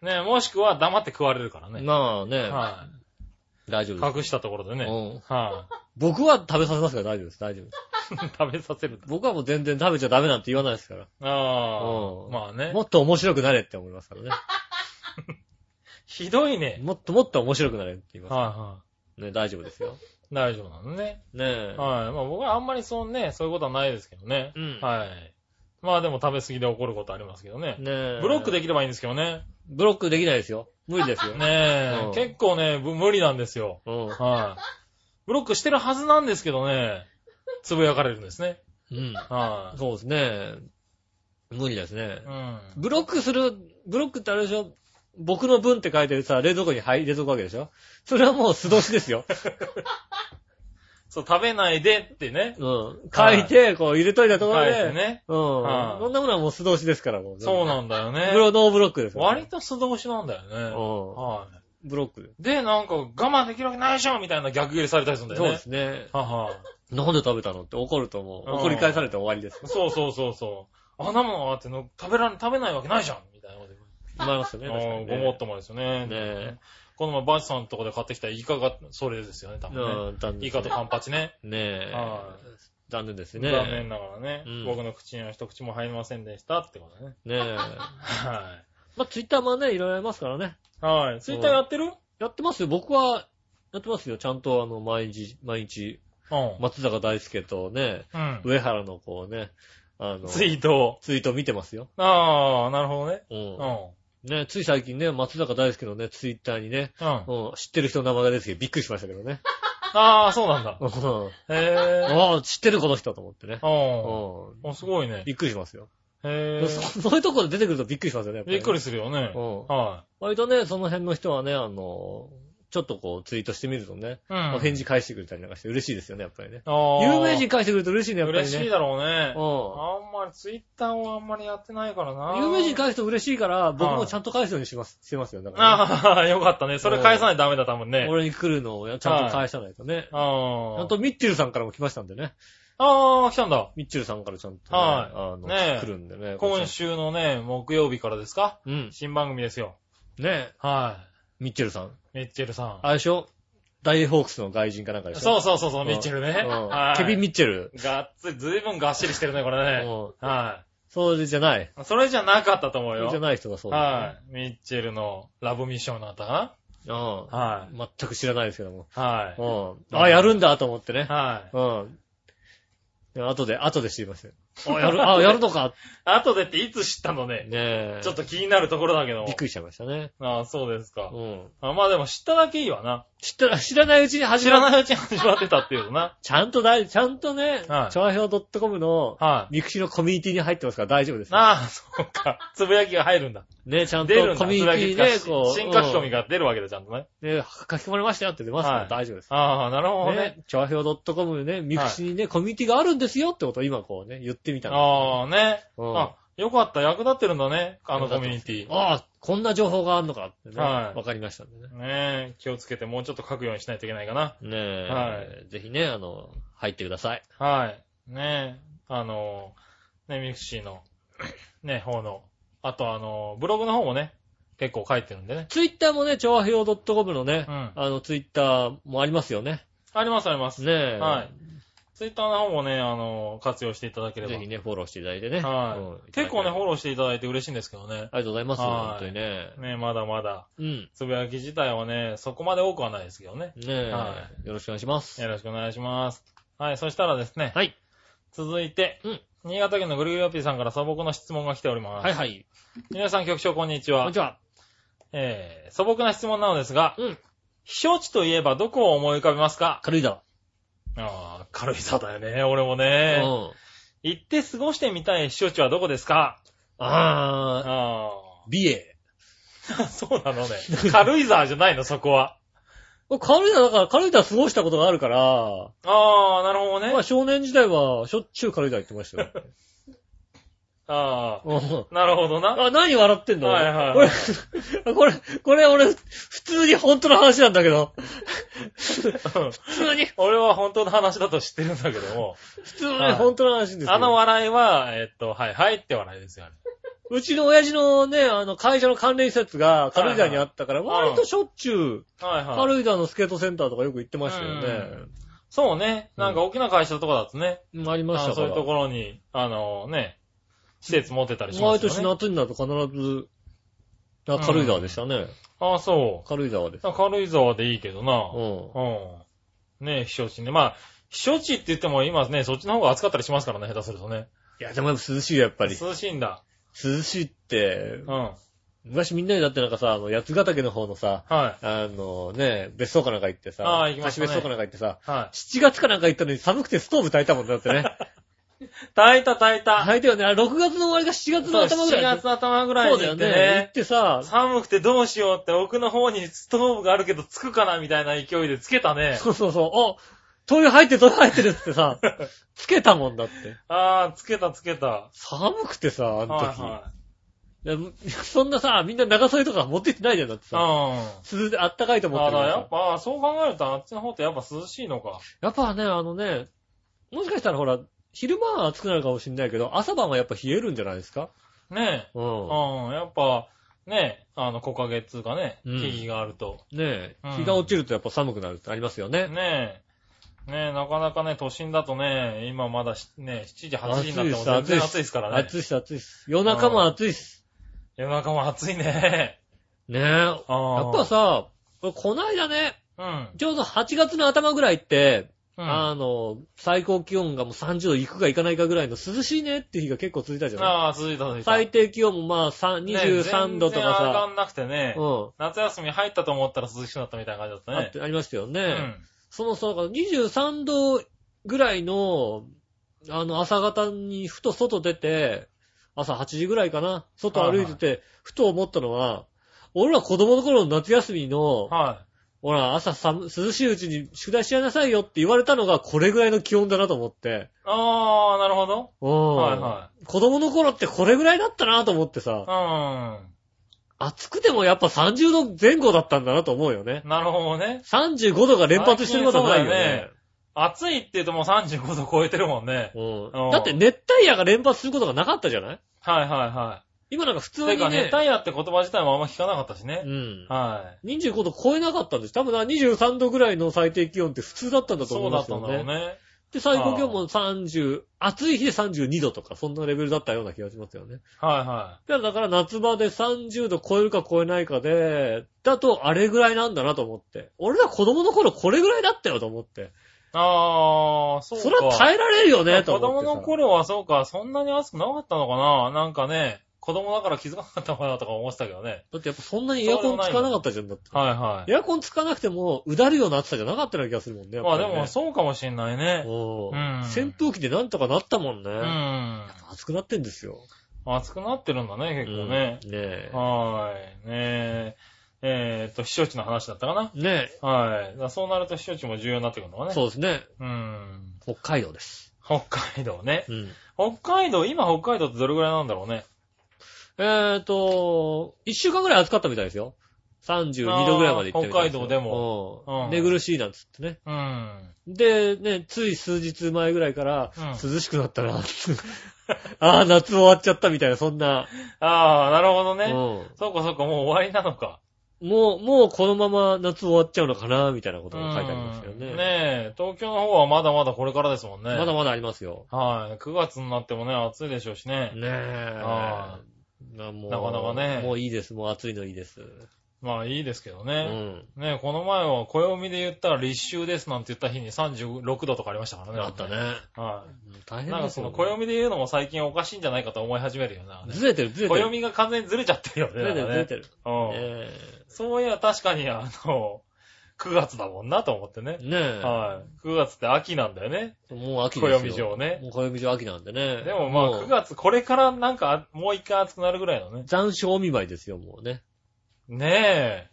い。ねもしくは黙って食われるからね。
まあね、
は
大丈夫
い。
で。
隠したところですね。
うん
は
僕は食べさせますから大丈夫です、大丈夫です。
い。 食べさせる。
僕はもう全然食べちゃダメなんて言わないですから。
あ
う
あ。
ん
まあね
も。っと面白くなれって思いますからね。
ひどいね。
もっともっと面白くなれって言います
はい
か
は
ら。ね、大丈夫ですよ。
い。大丈夫なのね。
ねえ。
はい。まあ僕はあんまりそうね、そういうことはないですけどね。
うん
はい。まあでも食べ過ぎで怒ることありますけどね。
ねえ。
ブロックできればいいんですけどね。
ブロックできないですよ。無理ですよ。
ね
うん
え。結構ね、ぶ無理なんですよ。
うん。
はい。ブロックしてるはずなんですけどね、つぶやかれるんですね。
うん。
はい。
そうですね。無理ですね
う。ん。
ブロックする、ブロックってあれでしょ僕の分って書いてさ、冷蔵庫に入れとくわけでしょそれはもう素通しですよ。
そう、食べないでってね。
うん。書いて、こう入れといたところ
書い
で。
てね。
うん。
はい
そんなものはもう素通しですから、もう。
そうなんだよね
ブ。ロノーブロックですよ、
割と素通しなんだよね。
うん
はい。
ブロックで
で、なんか、我慢できるわけないでしょみたいな逆ギレされたりするんだよ
そうで
ね。
すね。
はは
なんで食べたのって怒るともう、
うん
怒り返されて終わりです。
そうそうそうそう。あんなもんあっての食べられ、食べないわけないじゃんみたいなこと
なりますよね、
言
確か
う。
に、
うん
ね。
ごもっともですよね。
ねえ
この前、バチさんのとこで買ってきたイカが、それですよね、多分
うん、残
ね。
念。
イカとカンパチね。
ねえ
は。
残念です
残
ね。
念ながらね、
うん
僕の口には一口も入りませんでしたってことね。
ねえ。
は
まあ、ツイッターもね、いろいろありますからね。
い。はい。ツイッターやってる
やってますよ。僕は、やってますよ。ちゃんと、あの、毎日、毎日、
うん。
松坂大輔とね、
うん。
上原のこうね、あの、
ツ
ツイ
イートを。
ート見てますよ。
ああ、なるほどね。
う。
うんん。
ね、つい最近ね、松坂大輔のね、ツイッターにね、
うん。
うん、知ってる人の名前が出てきてびっくりしましたけどね。
ああ、そうなんだ。
うん
へえ。
ああ、知ってるこの人と思ってね。
うん。
う
お、すごいね
ん。。びっくりしますよ。
へえ。
そそういうところで出てくるとびっくりしますよね。やぱ
びっくり
ね
するよね
う。ん。
は
割とね、その辺の人はね、あの、ちょっとこうツイートしてみるとね、
い。うん。
お返事返してくれたりなんかして嬉しいですよね、やっぱりね。
ああ。
有名人返してくれると嬉しいね、やっぱりね。
嬉しいだろう
う
ね。あんまりツイッターをあんまりやってないからな。
ん。有名人返すと嬉しいから、僕
は
も
い
ちゃんと返すようにします、してますよ。だからね、
あ あ、よかったね。それ返さないとダメだ、多分ね。
俺に来るのをちゃんと返さないとね。
あ
ちゃ
あ
ん。とミッチェルさんからも来ましたんでね。
ああ、来たんだ。
ミッチェルさんからちゃんとね、
はい
あの、
ねえ
来るんでね。
今週のね、木曜日からですか
うん。
新番組ですよ。
ねえ、
は
ミッチェルさん。
い。ミッチェルさん。
あれでしょダイホークスの外人かなんかでしょ
そう
そ
そうそうそう、ミッチェルね。はい。
ケビン・ミッチェル。
がっつり、ずいぶんがっしりしてるね、これね。
うん
は
それじゃない。
い。それじゃなかったと思う
それ
よ
じゃ。ない人がそうだよ
はい。ミッチェルのラブミッションだったか
ね。
なは
うん。全く知らないですけども。
い。はい。
うん。あ、やるんだと思ってね。
はい。
うん。で後で、後で知りましたよ。あ、やる、あ、やるのか。
後でっていつ知ったのね。
ねえ。
ちょっと気になるところだけども
びっ。くりしちゃいましたね。
ああ、そうですか
う。ん。
あまあでも知っただけいいわな。
知ったら、知らないうちに始
知
ま
らないうちに始まってたっていうのな。
ちゃんとだい、ちゃんとね、
はい
調和表 .com の、
はい。
ミクシィのコミュニティに入ってますから大丈夫ですよ。
ああ、そうか。つぶやきが入るんだ。
ね、ちゃんと
出るんだ。
コミュニティ
つぶや
で、
きが
こう、
新書き込み
が。
が出るわけだ、ちゃんとね。
ね、書き込まれましたよって出ますか
は
ら
い
大丈夫です。
ああ、なるほどね。
ね、調和表 .com でね、ミクシィにね、コミュニティがあるんですよってことを今こうね、言ってみたの。
ああ、ね。
うん
あ、よかった。役立ってるんだね。あのコミュニティ。ね
ああ、こんな情報があるのかってね、
はい
わかりましたんでね。
え、気をつけてもうちょっと書くようにしないといけないかな。
ねえ、
は
ぜひね、あの、入ってください。
はい。ねえ、あの、ね、ミクシーの、ね、方の。あと、あの、ブログの方もね、結構書いてるんでね。
ツイッターもね、調和表 .com のね、
うん
あの、ツイッターもありますよね。
あります、あります。
ねえ。
はい。ツイッターの方もね、あの、活用していただければ。
ぜひね、フォローしていただいてね。
は
うん
い。結構ね、
あ
フォローしていただいて嬉しいんですけどね。
りがとうございます。
はい
本当にね。
ね、まだまだ。
うん。
つぶやき自体はね、そこまで多くはないですけどね。
ねえ、
は
よろしくお願いします。
よろしくお願いします。はい、そしたらですね、
はい。
続いて、
うん
新潟県のぐるぐるよっぴーさんから素朴な質問が来ております。
はいはい。
皆さん局長こんにち
こ
は。
んにちは。
えー、素朴な質問なのですが、
うん。
避暑地といえばどこを思い浮かべますか
軽井沢。
ああ、軽井沢だよね、俺も
う
ね。
ん。
行って過ごしてみたい避暑地はどこですか
あー、
あ
美瑛。
あ、そうな のね。軽井沢じゃないの、そこは。
軽井沢、だから軽井沢過ごしたことがあるから、
ああ、なるほど
まあ
ね。
少年時代はしょっちゅう軽井沢行ってましたよ。
あ
うん
あ、なるほど な。
あ、何笑ってんの
はいはい
こ
は
れ
い、
これ、これ俺、普通に本当の話なんだけど、
うん
普通に、
俺は本当の話だと知ってるんだけど も、
普通に本当の話ですよ。
あの笑いは、えっと、はいはいって笑いですよね。
うちの親父のね、あの、会社の関連施設が軽井沢にあったから、
はいはい
割としょっちゅう、
はいはい。
軽井沢のスケートセンターとかよく行ってましたよね。
そうね。なんか大きな会社とかだとね、
うん、ありまし
あ
た
の
か
そう
ら。
いうところに、あのね、施設持ってたりしま
毎
すよね。
年夏になると必ず、あ軽井沢でしたね。
ああ、そ
軽井沢です。
う。軽井沢でいいけどな。
うん。
うん。ねえ、避暑地ね。まあ、避暑地って言っても今ね、そっちの方が暑かったりしますからね、下手するとね。
いや、でもやっぱ涼しいよ、やっぱり。
涼しいんだ。
涼しいって
う、ん。は
昔みんなでだってなんかさ、あの、八ヶ岳の方のさ、
い。はい。
あのね、別荘かなんか行ってさ、
あー行きましたね
貸別荘かなんか行ってさ、
は
7月かなんか行ったのに寒くてストーブ炊いたもんだってね。
い。炊いた炊いた。
炊いたよね。あれ6月の終わりか7月の頭ぐらいだよ
7
ね
月の頭ぐらい
そう
に
だ
行
よ
って
ね。行
ね
っ。てさ、
寒くてどうしようって奥の方にストーブがあるけどつくかなみたいな勢いでつけたね。
そうそうそう、お、灯油入ってる灯油入ってるっつって さ、つけたもんだって。
ああ、つけたつけた。
寒くてさ、あの時。
はい
やそんなさ、みんな長袖とか持ってってないじゃん、だってさ。
はい。うん。
涼あったかいと思って
あ
るから
だ、や
さ
っ。ぱ、あそう考えるとあっちの方ってやっぱ涼しいのか。
やっぱね、あのね、もしかしたらほら、昼間は暑くなるかもしれないけど、朝晩はやっぱ冷えるんじゃないですか
ねえ。
うん。
うん、やっぱ、ねえ、あの、木陰っつうかね、
うん
木々があると。
ね
うん
え、日が落ちるとやっぱ寒くなるってありますよね。
ねえ。ねえ、なかなかね、都心だとね、今まだし、ねえ、7時、8時になっても全
暑いっす
然暑いですからね
暑。いっす、暑いっす。夜中も暑いっす。
夜中も暑いね。
ねえ。や
ああ。
っぱさ、これこないだね、
うん。
ちょうど8月の頭ぐらいって、
うん
あの、最高気温がもう30度行くか行かないかぐらいの涼しいねっていう日が結構続いたじゃない
ああ、続いた続いた。
最低気温もまあさ
ね
23度と
全然上が
か
んなくてね
さ、、うん。
夏休み入ったと思ったら涼しくなったみたいな感じだ
あっ
っ
た
ね。
てありましたよね。
うん。
そのそうだから23度ぐらいの、あの、朝方にふと外出て、朝8時ぐらいかな、外歩いてて、ふと思ったのは、俺ら子供の頃の夏休みの、
は
ほら、朝寒、涼しいうちに宿題しちゃいなさいよって言われたのがこれぐらいの気温だなと思って。
い。ああ、なるほど。
うん。
はいは
子供の頃ってこれぐらいだったなと思ってさ、
い。
暑くてもやっぱ30度前後だったんだなと思うよね
う。ん。なるほどね。
35度が連発してることはないよね。
暑いって言うともう35度超えてるもんね。
う。
うんん
だって熱帯夜が連発することがなかったじゃない
はいはいは
今なんか普
い。
通
て
に
かね
ね、、
タイヤって言葉自体もあんま聞かなかったしね
う。ん。
は
25度超えなかったんです。多分な、23度ぐらいの最低気温って普通だったん
い。
だと思
そううんだ
です
った
よ
んだろう
ね。
ね。
で、最高気温も30、暑い日で32度とか、そんなレベルだったような気がしますよね。
はい
だ
は
からだから夏場で30度超えるか超えないかで、だとあれぐらいなんだなと思って。俺ら子供の頃これぐらいだったよと思って。
い。ああ、そうか。
それは耐えられるよね、と
子
思っ
供
てさ。
の頃はそうか、そんなに暑くなかったのかななんかね、子供だから気づかなかったのかなとか思ってたけどね。
だってやっぱそんなにエアコンつかなかったじゃん、だって。
はいはい。
エアコンつかなくても、うだるような暑さじゃなかったような気がするもんね。やっ
ま
ぱ
あ
り
で
ね
もそうかもしんないね。
おー
うん
扇風機でなんとかなったもんね。
うん。
暑くなってんですよ。
暑くなってるんだね、結構ね。
うんねえ。
はーい。ねえ。えーっと、避暑地の話だったかな
ね
はい。だからそうなると避暑地も重要になってくるのか
え。
ね。
そうですね。
う。うん。
北海道です。
北海道ね。
うん。
北海道、今北海道ってどれぐらいなんだろうね。
えっと、一週間ぐらい暑かったみたいですよ。32度ぐらいまで行ってみたいすよ
あー北海道でも
うん
うん
寝苦しいなんつってね。
うん。
で、ね、つい数日前ぐらいから
うん、
涼しくなったな。 ああ、夏終わっちゃったみたいな、そんな。
ああ、なるほど
う
ね。
ん
そうかそうか、もう終わりなのか。
もう、もうこのまま夏終わっちゃうのかな、みたいなことが書いてありましたよ
う
ね。
んねえ、東京の方はまだまだこれからですもんね。
まだまだありますよ。
はい。9月になってもね、暑いでしょうしね。
ねえ。
あ
なもう
なかなかね
もういいです。もう暑いのいいです。
まあいいですけど
う
ね。
ん。
ねえ、この前は暦で言ったら立秋ですなんて言った日に36度とかありましたからね。
あった。ね。
は
大
い。
変
なんか
です
そ
よ
の暦で言うのも最近おかしいんじゃないかと思い始めるよな。
ずれてる、ずれてる。
暦が完全にずれちゃってるよね。
ずれてる、ず
な
れ
んか
て
ね
る。
うん
え
そういや確かにあの、9月だもんなと思ってね
え。ねえ。
はい。9月って秋なんだよね。
もう秋ですよ。
暦上ね
もう暦上秋なんでね。
でもまあ
う
9月、これからなんかもう一回暑くなるぐらいのね。
残暑お見舞いですよ、もうね。
ねえ。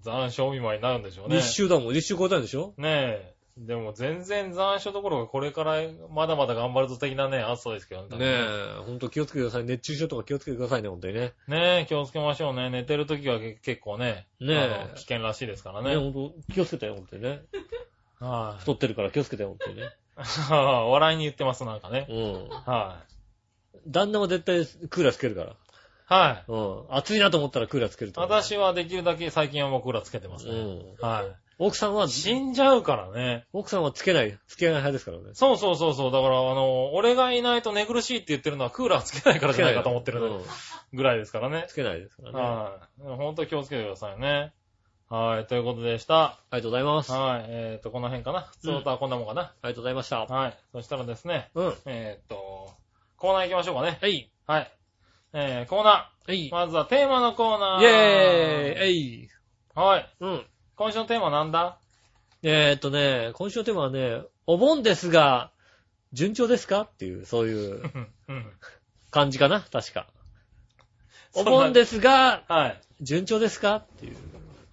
残暑お見舞いになるんでしょうね。
立秋だもん。立秋超えたんでしょ
ねえ。でも全然残暑どころかこれからまだまだ頑張るぞ的なね、暑さですけど
ね
ね。
え。ほんと気をつけてください。熱中症とか気をつけてくださいね、ほんとにね。
ねえ、気をつけましょうね。寝てる時はけ結構ね、
ねえ
あの危険らしいですから
ね
ね。
ほんと気をつけてよ、ほんとにね。
は
太ってるから気をつけてよ、ほんとにね。
い。 笑いに言ってます、なんかね。
うん。
は
旦那は絶対クーラーつけるから。
い。はい。
うん。暑いなと思ったらクーラーつけると。
私はできるだけ最近はもうクーラーつけてます
う
ね。
ん。
は。、
奥さんはい
死んじゃうからね。
奥さんはつけない、つけない派ですからね。
そうそうそうそう。だから、あの、俺がいないと寝苦しいって言ってるのはクーラーつけないからじゃないかと思ってる
うん
ぐらいですからね。
つけないですからね。あ
はい。ほんと気をつけてくださいね。はい。ということでした。
りがとうございます。あ
はい。えっ、と、この辺かな。普通の歌はこんなもんかな。
りがとうございました。
はい。そしたらですね、
うん。
えっ、と、コーナー行きましょうかね。
はい。
はい。えー、コーナ
はい。イ
ー。
ェ
まずはテーマのコーナ
ー
ー。
イえい
はい。
うん。
今週のテーマなんだ
えーっとね、今週のテーマはね、お盆ですが、順調ですかっていう、そういう
うんうん。
感じか な確か。
そ
お
んな
盆ですが、
はい。
順調ですかっていう。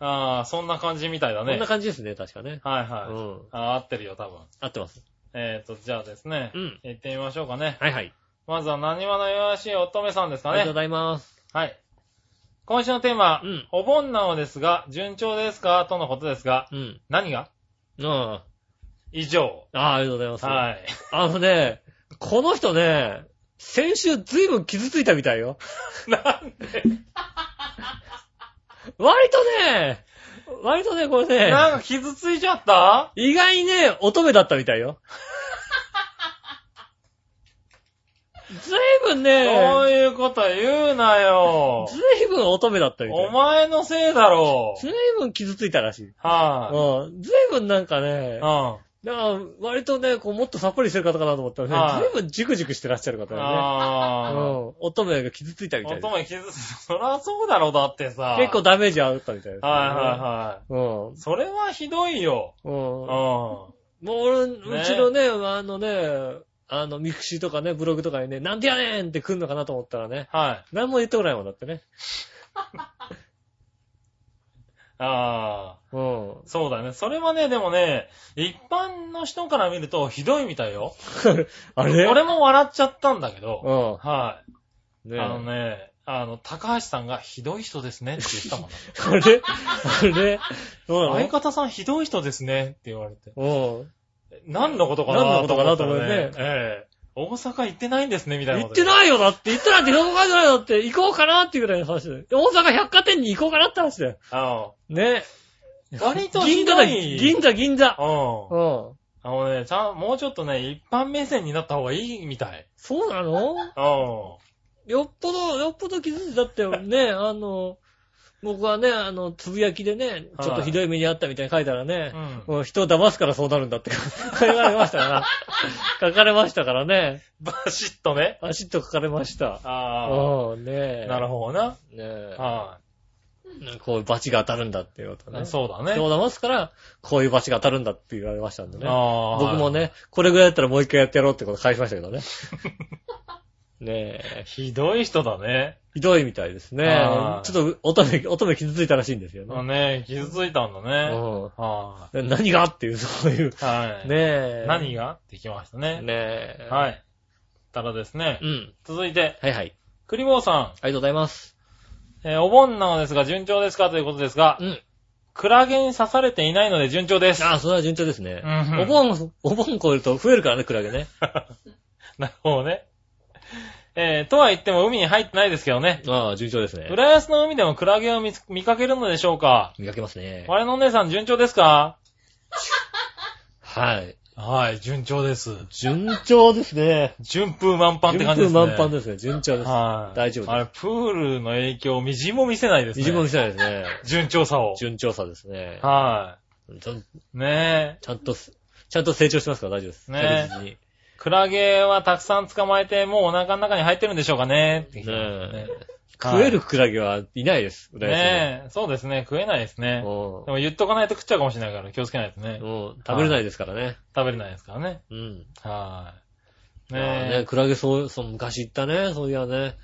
あー、そんな感じみたいだ
こん
ね
な。感じですね、確かね。
はいうはい。
ん。
あー合ってるよ、多分。
合ってます。
えーと、じゃあですね。
うん。
行ってみましょうかね。
はいはい。
まずは、何話のよろしい乙女さんです
あ
か
りがとうご。
ね
ざいます。
はい。今週のテーマ、
うん
お盆なのですが、順調ですかとのことですが、
うん。
何が
あ
以上。
あー、ありがとうございます。
はい。
あのね、この人ね、先週ずいぶん傷ついたみたいよ。
なんで
割とね、割とね、これ
なん
ね、
か傷ついちゃった
意外にね、乙女だったみたいよ。ずいぶん
そう
ね、
いうこと言うな よ。
ずいぶん乙女だったみた
お
い。
前のせいだろ
ずいぶん傷ついたらしい。
う。は
うんずいぶんなんかね
い。う、ん。
だから、割とね、こう、もっとさっぱりしてる方かなと思ったらね
はい、
随分ジクジクしてらっしゃる方がね。う
あ
ん。乙女が傷ついたみ
ー。
たい
乙
です。
女傷ついそらそうだろ、だってさ。
結構ダメージあったみたいです。
はいはいはい。
はい
それはひどいよ。
い。うん。うん
う。
ん。
は
もう俺、
ね
うちのね、あのね、あの、ミクシーとかね、ブログとかにね、なんでやねんって来んのかなと思ったらね、
い。
何も言ってこないもんだってね。
あ
うん。
ー。そうだね。それはね、でもね、一般の人から見るとひどいみたいよ。
あれ
俺も笑っちゃったんだけど。
う
はい。
ん。ねえ
あのね、あの、高橋さんがひどい人ですねって言ったもんね。
あれあれどうな
相方さんひどい人ですねって言われて。
のうん。
何のことかな
何のことかなと思うよね
思ったらええ大阪行ってないんですね、みたいな
行っ
こ
て
と。い
ないよだって、行ってないってどこかじゃないよだって、行こうかなっていうぐらいの話だよ。大阪百貨店に行こうかなって話だよ。
あ
ね。
の割とひ
銀座
ど
だ、
い。
銀座、銀座。
うん。
うん。
あのね、ちゃん、もうちょっとね、一般目線になった方がいいみたい。
そうな の
うん。
よっぽど、よっぽど気づいたって ね、あの、僕はね、あの、つぶやきでね、ちょっとひどい目にあったみたいに書いたらね
う、ん。
もう人を騙すからそう なるんだって書かれましたから、書かれましたからね、
バシッとね。
バシッと書かれました。
あ
うん、ね
あ。
え。
なるほどな。
ねえ。
は
こういう罰が当たるんだっていうことね。
い。そうだ
人
ね。
を騙すから、こういう罰が当たるんだって言われましたんでね。
ああ。
僕も。ね、これぐらいだったらもう一回やってやろうってこと返しましたけ どね。ねえ。
ひどい人だね。
ひどいみたいですね
は。い
ちょっと乙女、乙女傷ついたらしいんですよ
あ
ね。
ね、傷ついたんだね。は
うん何がっていう、そういう。
い。はい。
ねえ。
何がってきましたね。
ねえ。。
はいい。たらですね
う。ん。
続いて、
はいはい。
クリボーさ
ありがとうございます。
ん。えーお盆なのですが、順調ですかということですが
う、ん。
クラゲに刺されていないので順調です。
ああ、それは順調ですね
う。ん
お盆、お盆超えると増えるからね、クラゲね。
なるほどね。えーとは言っても海に入ってないですけどね。
ああ、順調ですね。
浦安の海でもクラゲを見つ見かけるのでしょうか
見かけますね。
我のお姉さん順調ですか
はい。
はい、順調です。
順調ですね。
順風満帆って感じで
順
すね。
風満帆ですね。順調です。
はい。
大丈夫です
あれ、プールの影響、みじんも見せないですね。
一番見せないですね。
順調さを。
順調さですね。
は
ちゃん
い。ねえ。
ちゃんとす、ちゃんと成長してますから大丈夫です。
ねえ
確実に。
クラゲはたくさん捕まえて、もうお腹の中に入ってるんでしょうかねって聞いてます
ね
ね
食えるクラゲはいないです。浦安に
ねえ。そうですね。食えないですね。
うん
でも言っとかないと食っちゃうかもしれないから気をつけないとね。
うん食べれないですからね。
食べれないですからね。
うん。
はーい。
ああ
ね
ねクラゲそう、そう、昔行ったね、そういやね。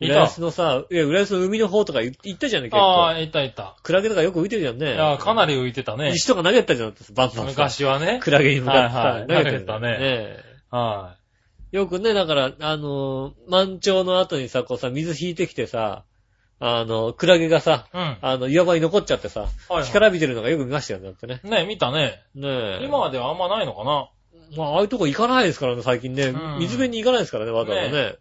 い
浦
た
安のさ、いや、浦安の海の方とか行行ったじゃんね、
え。
結
あ
構。
あ、いたいた。
クラゲとかよく浮いてるじゃん
い
ね。
や、かなり浮いてたね。
石とか投げてたじゃん、バンバン。。
昔はね。
クラゲに向かってさ
はいは
投げてた
い投げてたね
え
は
よくね、だから、あのー満潮の後にさ、こうさ、水引いてきてさ、あの、クラゲがさ、
い。うん。はい
あの、岩場に残っちゃってさ、
はい
干からびてるのがよく見ましたよね、だってね。
ねえ、見たね。
ねえ。
今まではあんまないのかな。
まあ、ああいうとこ行かないですからね、最近ね。
うん
水辺に行かないですからね、わざわざね。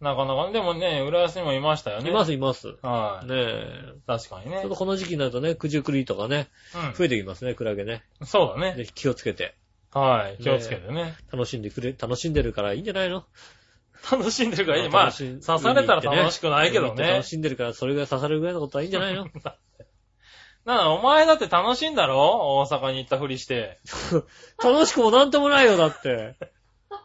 なかなかね。でもね、浦安にもいましたよね。。
いますす、います。ね
はい。
え。
確かにね
ちょっ。とこの時期になるとね、九十九里とかね、増えてきますね、クラゲね。
うん。そうだね。
ぜひ気をつけて、
はい。気をつけてね。
楽しんでくれ、楽しんでるからいいんじゃないの
楽しんでるからいい。まあ、
楽し
刺
ん
されたら楽しくないけ
海
ど
行って
ね
楽。しんでるから、それぐらい刺されるぐらいのことはいいんじゃ ないの
なあ、お前だって楽しいんだろ大阪に行ったふりして。
楽しくもなんともないよ、だって。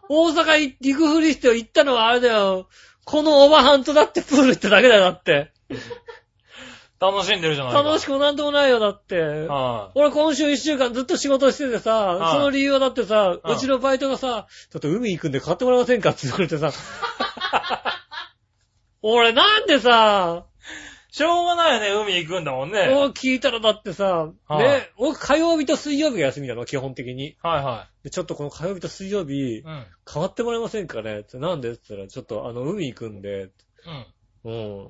大阪行くふりして行ったのはあれだよ。このオバハンとだってプール行っただけだよ、だって。
楽しんでるじゃないか。
楽しく
く。
もなんともないよ、だって。
は
俺今週一週間ずっと仕事しててさ
あ、あ
その理由はだってさ、
ああ
うちのバイトがさ、ちょっと海行くんで買ってもらえませんかって言われて さ、俺なんでさ、
い。しょうがないよね、海行くんだもんね。
もう聞いたらだってさ、
ああ
ね、俺火曜日と水曜日が休みなの、基本的に。
はいは
でちょっとこの火曜日と水曜日
い。う、ん。
変わってもらえませんかねって、なんでって言ったら、ちょっとあの、海行くんで、
う
う
ん。
ん。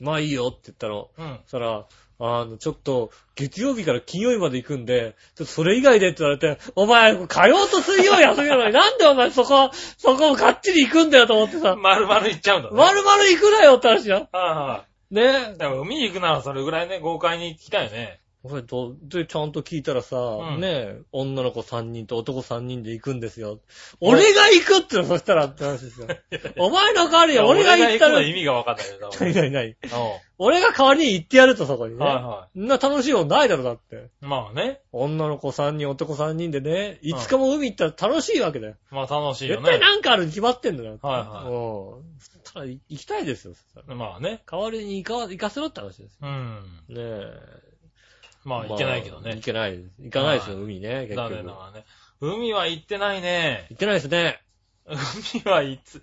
まあいいよって言ったの。
うん。
そしたら、あの、ちょっと、月曜日から金曜日まで行くんで、ちょっとそれ以外でって言われて、お前、火曜と水曜休みなのに、なんでお前そこ、そこをがっちり行くんだよと思ってさ、
丸々行っちゃうんだね。
丸々行くなよって話じゃん。
はいは
ね
い。でも海行くならそれぐらいね、豪快に行きたいよね。
え。これど、で、ちゃんと聞いたらさ、
ん
ねえ、女の子3人と男3人で行くんですよ。俺が行くってのそしたらって話で すよ。お前の代わりに俺が行った
俺
ら
の、意味が分かんない よ、多分。
何々何
う
俺が代わりに行ってやると、そこに
ん
ね。
はいは
そんな楽しいことないだろ、だって。
い。まあね。
女の子3人、男3人でね、いつかも海行ったら楽しいわけだよ。
まあ楽しいよ
絶
ね
対。なんかあるに決まってんだよ。
はいはい
うん。そしたら行きたいですよ、そしたら
まあね。
代わりに行か、行かせろって話ですよ。
うん。
ねえ。
まあ行けないけど
まあ
ね
行。けないです。行かないですよ、海ね、結
残
局。
念な
行
がらね。海は行ってないね。
ってないですね。
海はいつ、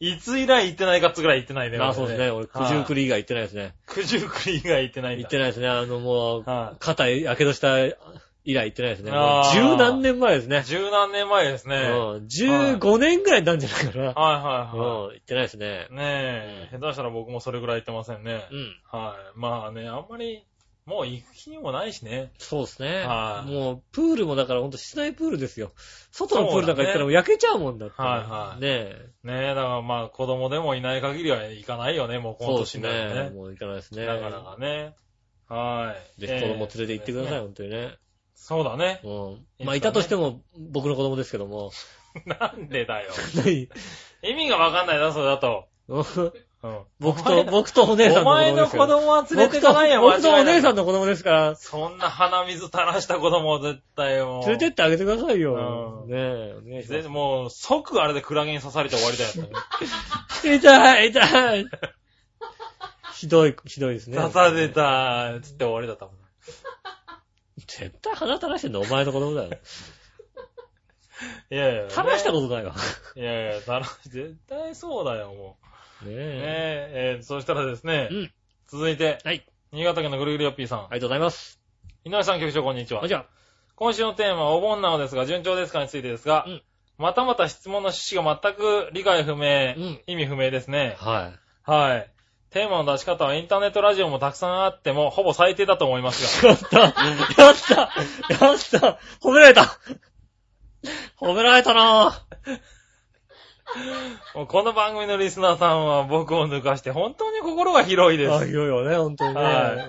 いつ以来行ってないかっつぐらい行ってないね。
まあそうですね。俺、九十九
里。
里以外行ってないですね。
九十九里以外行ってないんだ。
行ってないですね。あの、もう、
は
肩やけどした以来行ってないですね。もう
あー
十何年前です
い。
ね。
十何年前ですね。
う
はいはい
ん15年ぐらいになるんじゃないかな。うん
は
行ってないですね
い。。ねえ、下手したら僕もそれぐらい行ってませんね
う。ん。
はい。まあね、あんまり、もう行く気にもないしね。
そうですね。
はい
もう、プールもだからほんと室内プールですよ。外のプールなんか行ったらもう焼けちゃうもんだって。
はいはい
ねえ。
ねえ、だからまあ子供でもいない限りは行かないよね、もうこの
そうです
年になると
ね。
ね。
もう行かないですね。
なかなかね。はい。
ぜひ子供連れて行ってください、
えー
本当にね。
そうだね。
うん。
ね
まあ、いたとしても、僕の子供ですけど も。
なんでだよ。
何
意味がわかんないな、それだと。うん
僕と、僕とお姉さんの
お
子
前
供で
の
すか
子
ら。
供は連れてかないよ、
僕と僕と
間違
お
いない
姉さんの子供ですから、
そんな鼻水垂らした子供を絶対もう。
連れてってあげてくださいよ
う。ん
ねえ、お願いしま
全然もう、即あれでクラゲに刺されて終わり だよ、ね。
す。 痛い、痛い。ひどい、ひどいですね。
刺されたー、つって終わりだったもん。
絶対鼻垂らしてんのお前の子供 だよ。
いやいや、ね。
垂らしたことないわ。ね
といやいや、垂らし、絶対そうだよ、もう。ね
え。
え、えー、そしたらですね、
うん
続いて、
はい。
新潟県のぐるぐるよっぴーさん。
ありがとうございます。
井上さん局長、こんにちは
あ、。じゃあ。
今週のテーマはお盆なのですが、順調ですかについてですが、
うん
またまた質問の趣旨が全く理解不明、
うん
意味不明ですね。
はい。
はい。テーマの出し方はインターネットラジオもたくさんあっても、ほぼ最低だと思います
やったやったやった褒められた褒められたなぁ。
が、 もうこの番組のリスナーさんは僕を抜かして本当に心が広いで
あ、い
す。
よいよね、本当にね。
はい
い。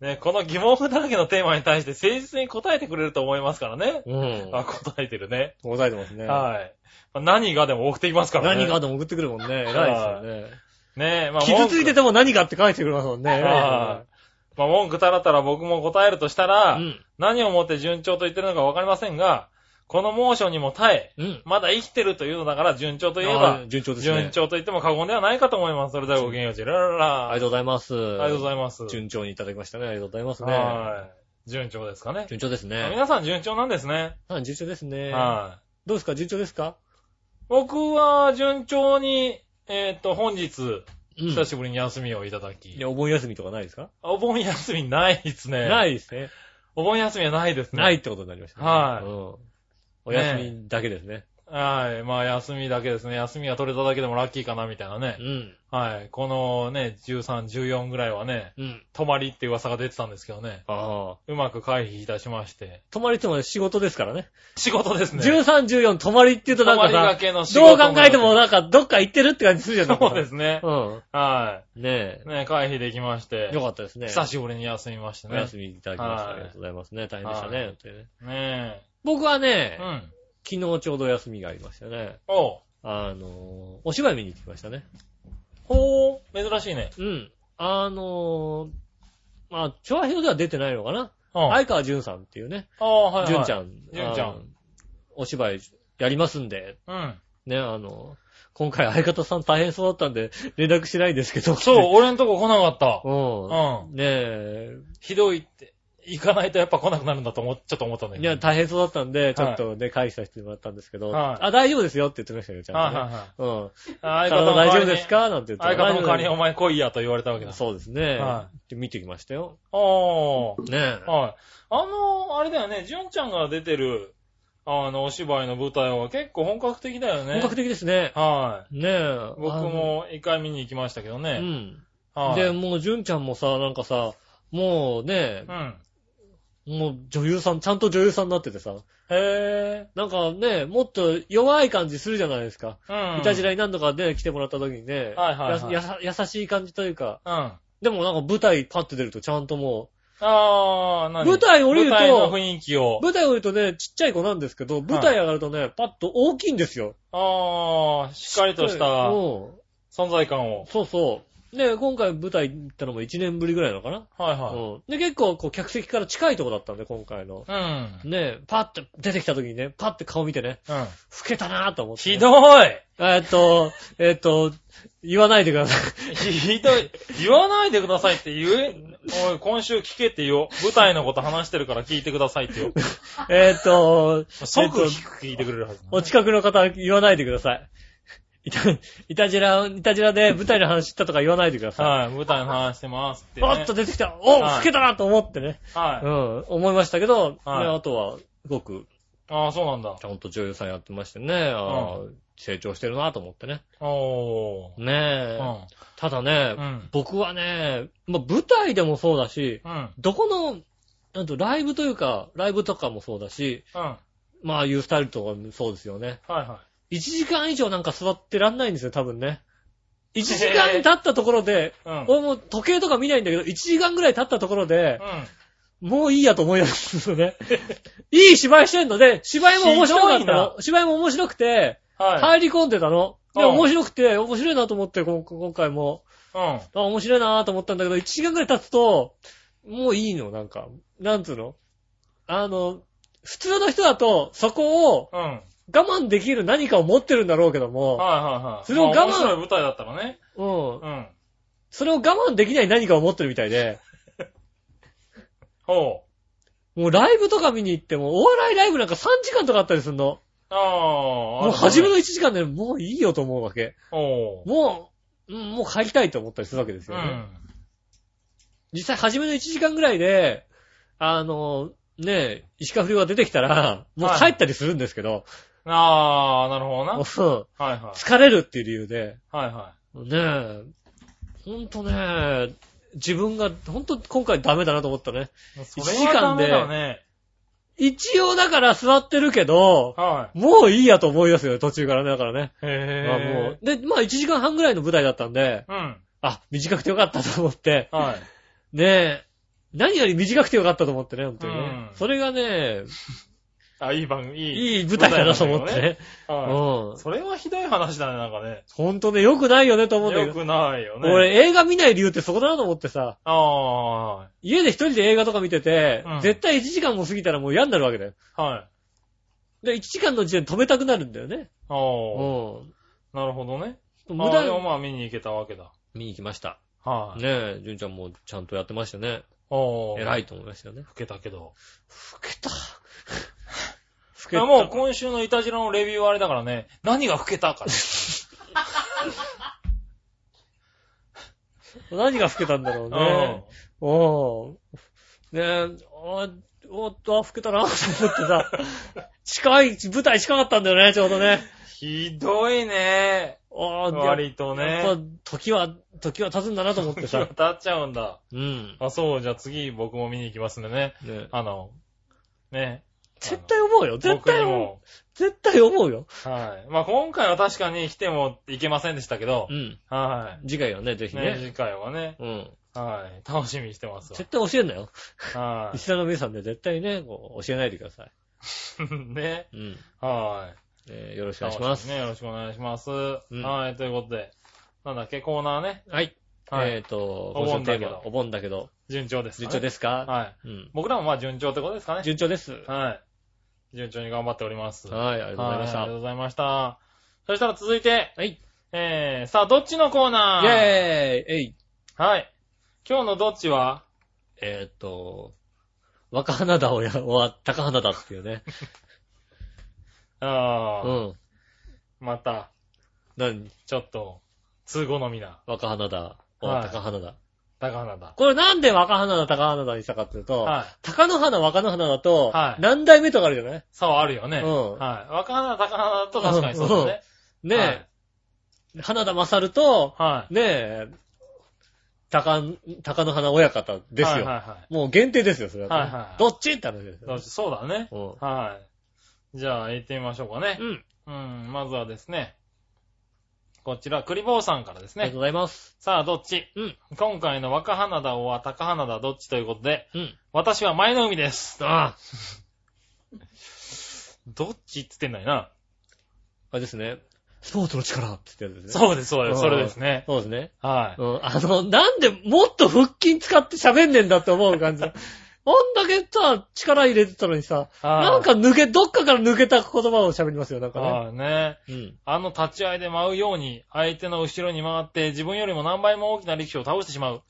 ね、この疑問だらけのテーマに対して誠実に答えてくれると思いますからね。
うん。
あ、答えてるね。
答えてますね。
はい。まあ何がでも送ってきますからね。
何がでも送ってくるもんね。偉いですよね。
ね、まあ
傷ついてても何がって書いてくるもんね。偉い
はまあ、文句たらたら僕も答えるとしたら、
ですよね
何をもって順調と言ってるのかわかりませんが、この猛暑にも耐
う
え、
ん。うん。
まだ生きてるというのだから順調といえ
あ
ば
ー、順調ですね。
順。調と言っても過言ではないかと思います。それではごきげんよう、ジェララ
あり
ラ。
がとうございます。
あ
あ
りがとうございます。
順調にいただきましたね。ありがとうございますね。
はい。順調ですかね。
順調ですね。
皆さん順調なんですね。
はい順調ですね。
はい。
どうですか順調ですか
僕は順調に、えーっと、本日、
うん。
久しぶりに休みをいただ
い
き、
やお盆休みとかないですか
お盆休みないですね。。
ないいですね。
お盆休みはないですね。
ないっ。てことになりましたね。
はい
うんお休みだけですね。
はい。まあ、休みだけですね。休みが取れただけでもラッキーかな、みたいなね
う。ん。
はい。このね、13、14ぐらいはね、
うん。
泊まりって噂が出てたんですけどね。
ああ。
うまく回避いたしまして。
泊まりっても仕事ですからね。
仕事ですね。
13、14泊まりって言うとな
泊
ん
まりが
か
けの仕
さ、ど
事
う考えても
な
なんかどっか行ってるって感じするじゃん。
そうですね。
う
は
ん。ね
い。ね、回避できまして
え。。よかったですね。
久しぶりに休みまして
お
ね。
休みいただきました。
はい
ありがとうございますね。大変でした
は
ね
い
本当にね。
ね
僕は
え。
ね
う、ん。
昨日ちょうど休みがありましたね。
おう。
あのー、お芝居見に行ってきましたね。
ほう。珍しいね。
うん。あのー、まあ、調和表では出てないのかな
うん。い。
相川淳さんっていうね。
ああ、はい。
純ちゃ
ん。
ん。
純ちゃん
あの。お芝居やりますんで、
うん。
ね、あの、今回相方さん大変そうだったんで、連絡しないんですけど。
そう、俺んとこ来なかった。
う。
うん
ねえ、
ひどいって、行かないとやっぱ来なくなるんだと思っ、ちょっと思ったんだけ
い
ど。
や、大変そうだったんで、ちょっとね、会議させてもらったんですけど、
はい
あ、大丈夫ですよって言ってましたよ、ちゃ
はい
んと
は
ね。
いはい。
うん。
あ相方
体
の
大
代わ
丈夫
りに
ですかなんて言って。
相方の代わりに
大丈
お前来いやと言われたわけ
夫で
だ
す。そうですね。
は
で見てきましたよ。
おー。
ねえ。
はい。あの、あれだよね、純ちゃんが出てる、あの、お芝居の舞台は結構本格的だよね。
本格的ですね。
は
ねえ。
い。僕も一回見に行きましたけど
あの。う
ね。
ん。
はい。
で、
うん。
もう、純ちゃんもさ、なんかさ、もうね、もう女優さん、ちゃんと女優さんになっててさ、
へ
なんかね、もっと弱い感じするじゃないですか。
ぇうん。
いたじらに何度かね、来てもらった時にね、
はいはいはい
やさやさ優しい感じというか、
うん。
でもなんか舞台パッて出るとちゃんともう、
あー、何
舞台降りると
舞台の雰囲気を。
舞台降りるとね、ちっちゃい子なんですけど、舞台上がるとね、パッと大きいんですよ。
あー、しっかりとした
うん
存在感を。
そうそう。で、今回舞台行ったのも1年ぶりぐらいなのかな。
はいは
うんで、結構、こう、客席から近いとこだったんで、今回の。
い。うん。
ねえ、パッと出てきた時にね、パッて顔見てね、
うん。
老けたなぁと思って、
ひどい
えーっと、えーっと、言わないでください。
ひどい。言わないでくださいって言え。おい、今週聞けってよ。舞台のこと話してるから聞いてくださいってよ。
えーっと、
即
えーっと
聞いてくれるはず。
お近くの方は言わないでください。いた、いたじら、いたじらで舞台の話したとか言わないでください。
はい、舞台の話してますって、ね。
おっと出てきたお
はい
老けたなと思ってね、う
は
ん、思いましたけど、ね
はい
あとは、すごく、
い。ああ、そうなんだ
ち。ゃんと女優さんやってましてね、あー成長してるなと思ってね。
おー。
ね
う
え、
ん。
ただね、
うん
僕はね、まあ、舞台でもそうだし、
うん。
どこの、なんとライブというか、ライブとかもそうだし、
うん。は
まあ、ああいうスタイルとかもそうですよね。
いは
1時間以上なんか座ってらんないんですよ、多分ね。1時
へ
間
え
経ったところで、
い。うん。
俺も時計とか見ないんだけど、1時間ぐらい経ったところで、
う
もういいやと思い出すんですよね。いい芝居してんので、芝居も面白かっ
ひ
た
どい
の。芝居も面白くて、
ん。はい。
入り込んでたの。で、
うん
面白くて、面白いなと思って、こん今回も。
うん。
あ、面白いなと思ったんだけど、1時間ぐらい経つと、もういいの、なんか。なんつうのあの、普通の人だと、そこを
うん。はい
我慢できる何かを持ってるんだろうけども、
はいはい。
それを我慢
まあ面白い舞台だったらね。
うん。
うん。
それを我慢できない何かを持ってるみたいで、
ほう。
もうライブとか見に行っても、お笑いライブなんか3時間とかあったりするの。
ああ。
もう初めの
の。
1時間でもういいよと思うわけ。
ほう。
もう、うんもう帰りたいと思ったりするわけです
う
よね。
ん。
実際初めの1時間ぐらいで、あの、ねえ、石川不良が出てきたら、もう
はい
帰ったりするんですけど、
ああ、なるほどな。
もう
はい
そう
は
疲れるっていう理由で、
い。はいは
ねえ、ほんとねえ、自分が、ほんと今回ダメだなと思ったね。
い。それはダメだね。
一応だから座ってるけど、
は
もういいやと思い出すよね、途中からね、だからね。
い。へ
まあもう、で、まあ1時間半ぐらいの舞台だったんで、
う。うん。
あ、短くてよかったと思って、
はい。
ねえ、何より短くてよかったと思ってね、本当にね。
うん
それがね、
あ、いい番組、いい。
いい舞台だなと思ってね。う
は
ん
い。。それはひどい話だね、なんかね。
ほんとね、良くないよねと思うんだけ
よ
ど。
くないよね。。
俺映画見ない理由ってそこだなと思ってさ、
あ
家で一人で映画とか見てて、
うん
絶対1時間も過ぎたらもう嫌になるわけだよ。
あ。はい。
で、1時間の時点で止めたくなるんだよね。
あ
う
あ。
ん。
なるほどね。
無
無
駄
駄を
に
まあ見に行けたわけだ。
見に行きました。
はい。
ねえ、純ちゃんもちゃんとやってましたね。
おー。
偉
い。
いと思いましたよね。
老けたけど。
老けた。 老
いやもう今週のイタジラのレビューはあれだからね、何が老けたかね。
何が老けたんだろう ね。おー。ねえ、あおっと、あ老けたなと思って さ、近い、舞台近かったんだよね、ちょうどね。
うんひどいね。
ああ、
割とね。
やっぱ、時は、時は経つんだなと 思って
時は
さ。
経っちゃうんだ。
うん。
あ、そう、じゃあ次僕も見に行きますんでね。
ね
あの、ね。
絶対思うよ。絶
僕
対
に
思
も。
う。絶対思うよ。
はい。まあ今回は確かに来ても行けませんでしたけど
う、ん。
は
次回はね、ぜ
い。
ひ
ね、
ね。
次回はね、
うん。
はい。楽しみにしてます
絶対教えんなよ。
わ。は
石田の皆さんで絶対ね、こう教えないでください。
い。 ね。
うん。
はい。
えーよろしくお願いします。
ね、よろしくお願いします。
ん
はい、ということで、なんだっけ、コーナーね、
はい。
はい
えっと、
お盆だけど
今週のテーマお盆だけど、
順調です、ね。
順調ですか
はい。
うん。
僕らもまあ順調ってことですかね。
順調です。
はい。順調に頑張っております。は
は
い、
い、ありがとうございました
ありがと。うございました。そしたら続いて、
はい。イ
えー、さあ、どっちのコーナ
ェー
ー
イえい
はい。今日のどっちは
えっと、若花だをや、は高花だっていうね。
あ
う
あ、
ん。
また、
何
ちょっと、通好みな、
若花だ、
はい
高花だ。
高花だ。
これなんで若花だ、高花だにしたかっていうと、
はい。
高野花、若野花だと
は、い
何代目とかあるじゃない
差はあるよね。
うん
はい。若花、高花だと確かにそうだね。
ねえ、花田勝ると、
は
ねえ、高、高野花親方
い。
です
はいはい
よ。
はい。
もう限定ですよ、それ
はいはいはい
どっちって話です
ど
よ。
うしそうだね。
うん
はい。じゃあ、行ってみましょうかね
う。ん。
うん、まずはですね。こちら、クリボーさんからです
りがと
ね
う。ございます。
さあ、どっち
うん。
今回の若花田は高花田どっちということで、
うん。
私は前の海です。
ああ、
どっちって言ってんだよな。
あれですね。スポーツの力って言ってやつですね。
そうです、そうです。それですね。
そうですね。
は
うん。あの、なんでもっと腹筋使って喋んねんだって思う 感じ。あんだけさ、力入れてたのにさ、
い。はい
なんか、抜け、どっかから抜けた言葉を喋りますよ、なんか
はいね。
ね。うん。
あの立ち合いで舞うように、相手の後ろに回って、自分よりも何倍も大きな力士を倒してしまう。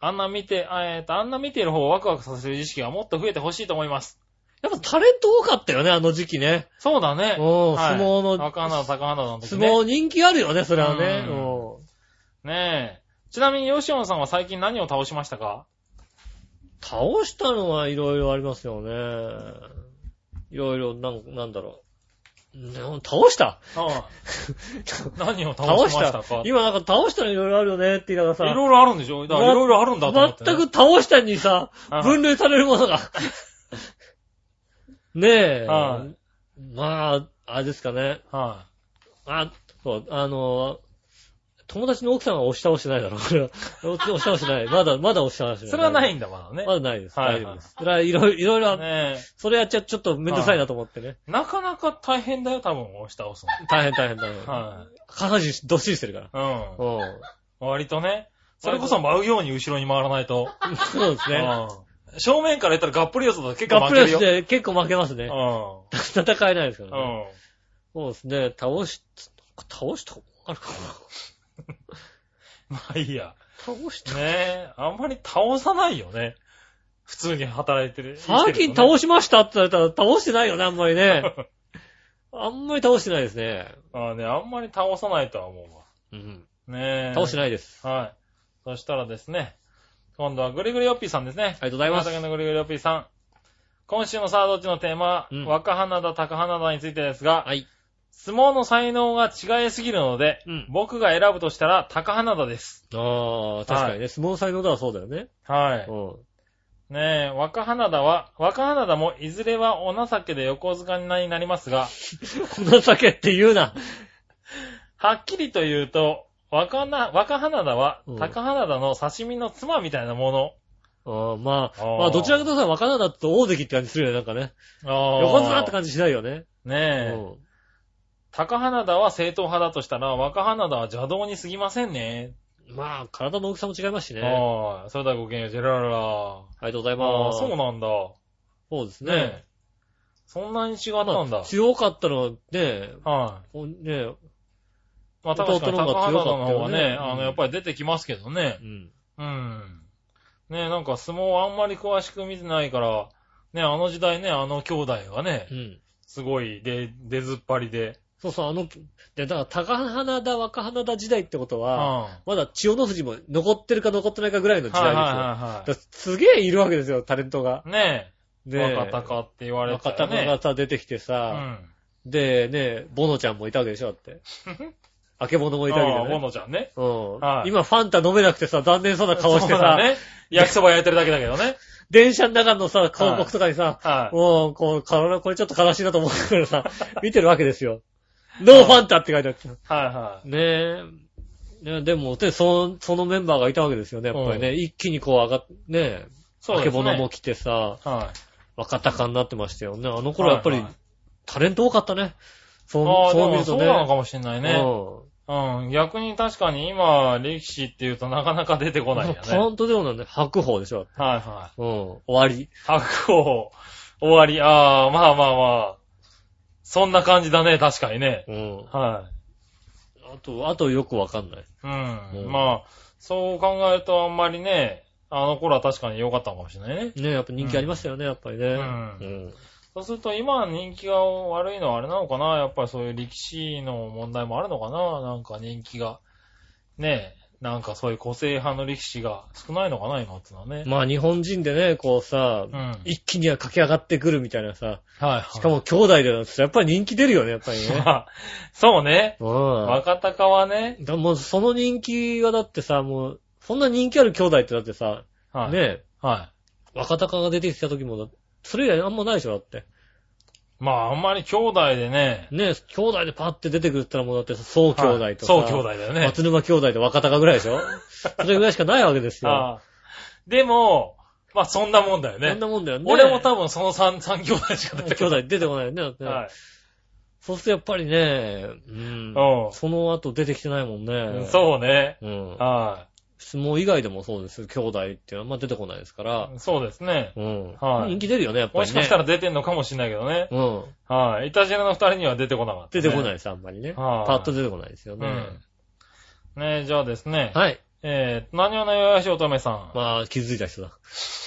あんな見て、あえっと、あんな見ている方をワクワクさせる意識がもっと増えてほしいと思います。
やっぱタレント多かったよね、あの時期ね。
そうだね。
おー
はい
相撲の
若花田、高花田の時
相
ね。
撲人気あるよね、それはね。
うん
うん
ねえ。ちなみに、吉野さんは最近何を倒しましたか
倒したのはいろいろありますよね。いろいろ、なん、なんだろう。な倒した
ああ何を倒
倒
し
し
ましたたかい
今なんか倒したのいろいろあるよねって言いながらさ。
ろいろあるんでしょだからい
ま
ろいろあるんだと思ってね、
全く倒したにさ
はい、
分類されるも のが。ねえ。
は
まあ、あれですかね。
は。
あ、そう、あの、友達の奥さんは押し倒してないだろ。これは 押し倒してない。まだ、まだ押し倒してないい。
それはないんだ、まだね。
まだないです。
はい
大丈夫です。それはいろいろ、いろいろあ、
ね
それやっちゃちょっとめんどくさいなと思ってね。
え。なかなか大変だよ、多分、押し倒す
大変大変大変。
の。は
下半身どっしりしてるから。
い。うん。
うん。
割とね。それこそ舞うように後ろに回らないと。
そうですね。
うん正面からやったらがっぷり四つだと結
ガ
構
ッ
負
プ
け
レ
る
ス
よ。
で結構負けますね。
う
戦えないですからね。
ん。うん。
そうですね。倒し、倒したあるかな
まあいいや。
倒した
ねえ、あんまり倒さないよね。普通に働いてる。
最近
し
倒しましたって言われたら倒してないよね、あんまりね。 あんまり倒してないですね。
ああね、あんまり倒さないとは思うわ。
うん。
ねえ。
倒して
ない。
ないです。
はい。そしたらですね、今度はグリグリオッピーさんですね。
ありがとうございます
新潟県のグリグリオッピーさん。今週のサードっちのテーマは、
うん
若花田、高花田についてですが、
はい。
相撲の才能が違いすぎるので、
うん
僕が選ぶとしたら、高花田です。
ああ、確かにね。相撲才能だはそうだよね。
は
う
い。
ん。
ねえ、若花田は、若花田もいずれはお情けで横塚になりますが、
情けって言うな。
はっきりと言うと、若な、若花田は
うん、
高花田の刺身の妻みたいなも
うんまあ、
あー
まあ、どちらかとさ、若菜だと大関って感じするよね、なんかね。
の。あー
横綱って感じしないよね。
ねえ、
うん
高花田は正統派だとしたら、若花田は邪道に過ぎませんね。
まあ、体の大きさも違いますしね。あ
はーい。それではごきげんよう、ジェラララ。あ
りがとうござい
あ
ま
ー、
す。
そうなんだ。
そうです
ね
ね
え。。そんなに違ったん
まあ
だ。
強かったのはね、
はい。
ほんね、
まあ、確かに高花田の方が
弟
ね、
の方が強かったよね
あの、やっぱり出てきますけどね
う。ん。
うん。ねなんか相撲あんまり詳しく見てないから、ねあの時代ね、あの兄弟がね
う、ん。
すごい出、出ずっぱりで。
そうそう、あの、で、だから、高花田、若花田時代ってこと
うん。
は、
は
まだ千代の富士も残ってるか残ってないかぐらいの
い
時
はい
代ですよ。
は
だからすげえいるわけですよ、タレントが。
いはい。ねえ、
ねえ
若鷹って言われて
若
た
隆
ね
が。さ、出てきて
う
さ、
ん。
で、ね、ボノちゃんもいたわけでしょ、だ って。あけぼのもいたわけ
あ
だ
あ、モ
よね。
ノちゃんね。
うん、
はい
今、ファンタ飲めなくてさ、残念そうな顔して
そうだ
さ、
ね。焼きそば焼いてるだけだけどね。
電車の中のさ、広告とかにさ、
はい。
もう、こう、体、これちょっと悲しいなと思うから さ、見てるわけですよ。ノーファンタって書いてある。
はいはい。
ねえ。ねでも、で、その、そのメンバーがいたわけですよね、やっぱりね。一気にこう上がっ、ねえ、
そうですね。
のも来てさ、
はい。
若隆になってましたよね。あの頃はやっぱり
はいはい、
タレント多かったね。
あ
そ
あ、
う、
で
そう見
も
る
そ
と
う
ね。
なのかもしれないね。
うん
うん、逆に確かに今、力士って言うとなかなか出て こないよね。
タレントでもなんで、白鵬でしょ。
はいは
うん。終わり
い。。白鵬、終わり。ああ、まあまあまあ。そんな感じだね、確かにね。
うん。
は
あと、あとよくわかんない。
い。うん。
うん
まあ、そう考えるとあんまりね、あの頃は確かに良かったのかもしれないね。
ねやっぱ人気ありましたよね、やっぱりね。
うん
うん。
そうすると今人気が悪いのはあれなのかなやっぱりそういう力士の問題もあるのかななんか人気が。ねえ。なんかそういう個性派の力士が少ないのかな今ってのはね。
まあ日本人でね、こうさ、
うん。はい
一気には駆け上がってくるみたいなさ、
はい。
しかも兄弟だとやっぱり人気出るよね、やっぱり ね。
まあ、そうね。
う
若隆はね。
ん。だもうその人気はだってさ、もう、そんな人気ある兄弟ってだってさ、
はい。
ねえ、
は
若隆が出てきた時もだ、それ以外あんまないでしょ、だって。
い。まあ、あんまり兄弟でね。
ね、兄弟でパッて出てくるって言ったらもうだって、総兄弟とか。
そう兄弟だよね。
松沼兄弟と若隆ぐらいでし ょそれぐらいしかないわけですよ。
ああでも、まあそんなもんだよ
そ
ね
ん。なもんだよね。
俺も多分その三、三兄弟しか出て
兄弟出てこないよね。だって
こない。はい。
そうするとやっぱりね、うん。
うん
その後出てきてないもんね。
そうね。
う。ん。
は
相撲以外でもそうですよ。兄弟っていうのはあんま出てこないですから。
い。そうですね。
うん。
はい
人気出るよね、やっぱり、ね。
もしかしたら出てんのかもしれないけどね。
うん。
はい。イタジェラの二人には出てこなかった、
出てこない
い。
です、あんまりね。
はい
パッと出てこないですよ
う
ね。
ん。ねえ、じゃあですね。
はい。
えー、何をのよやしおとめさん。
まあ、傷ついた人だ。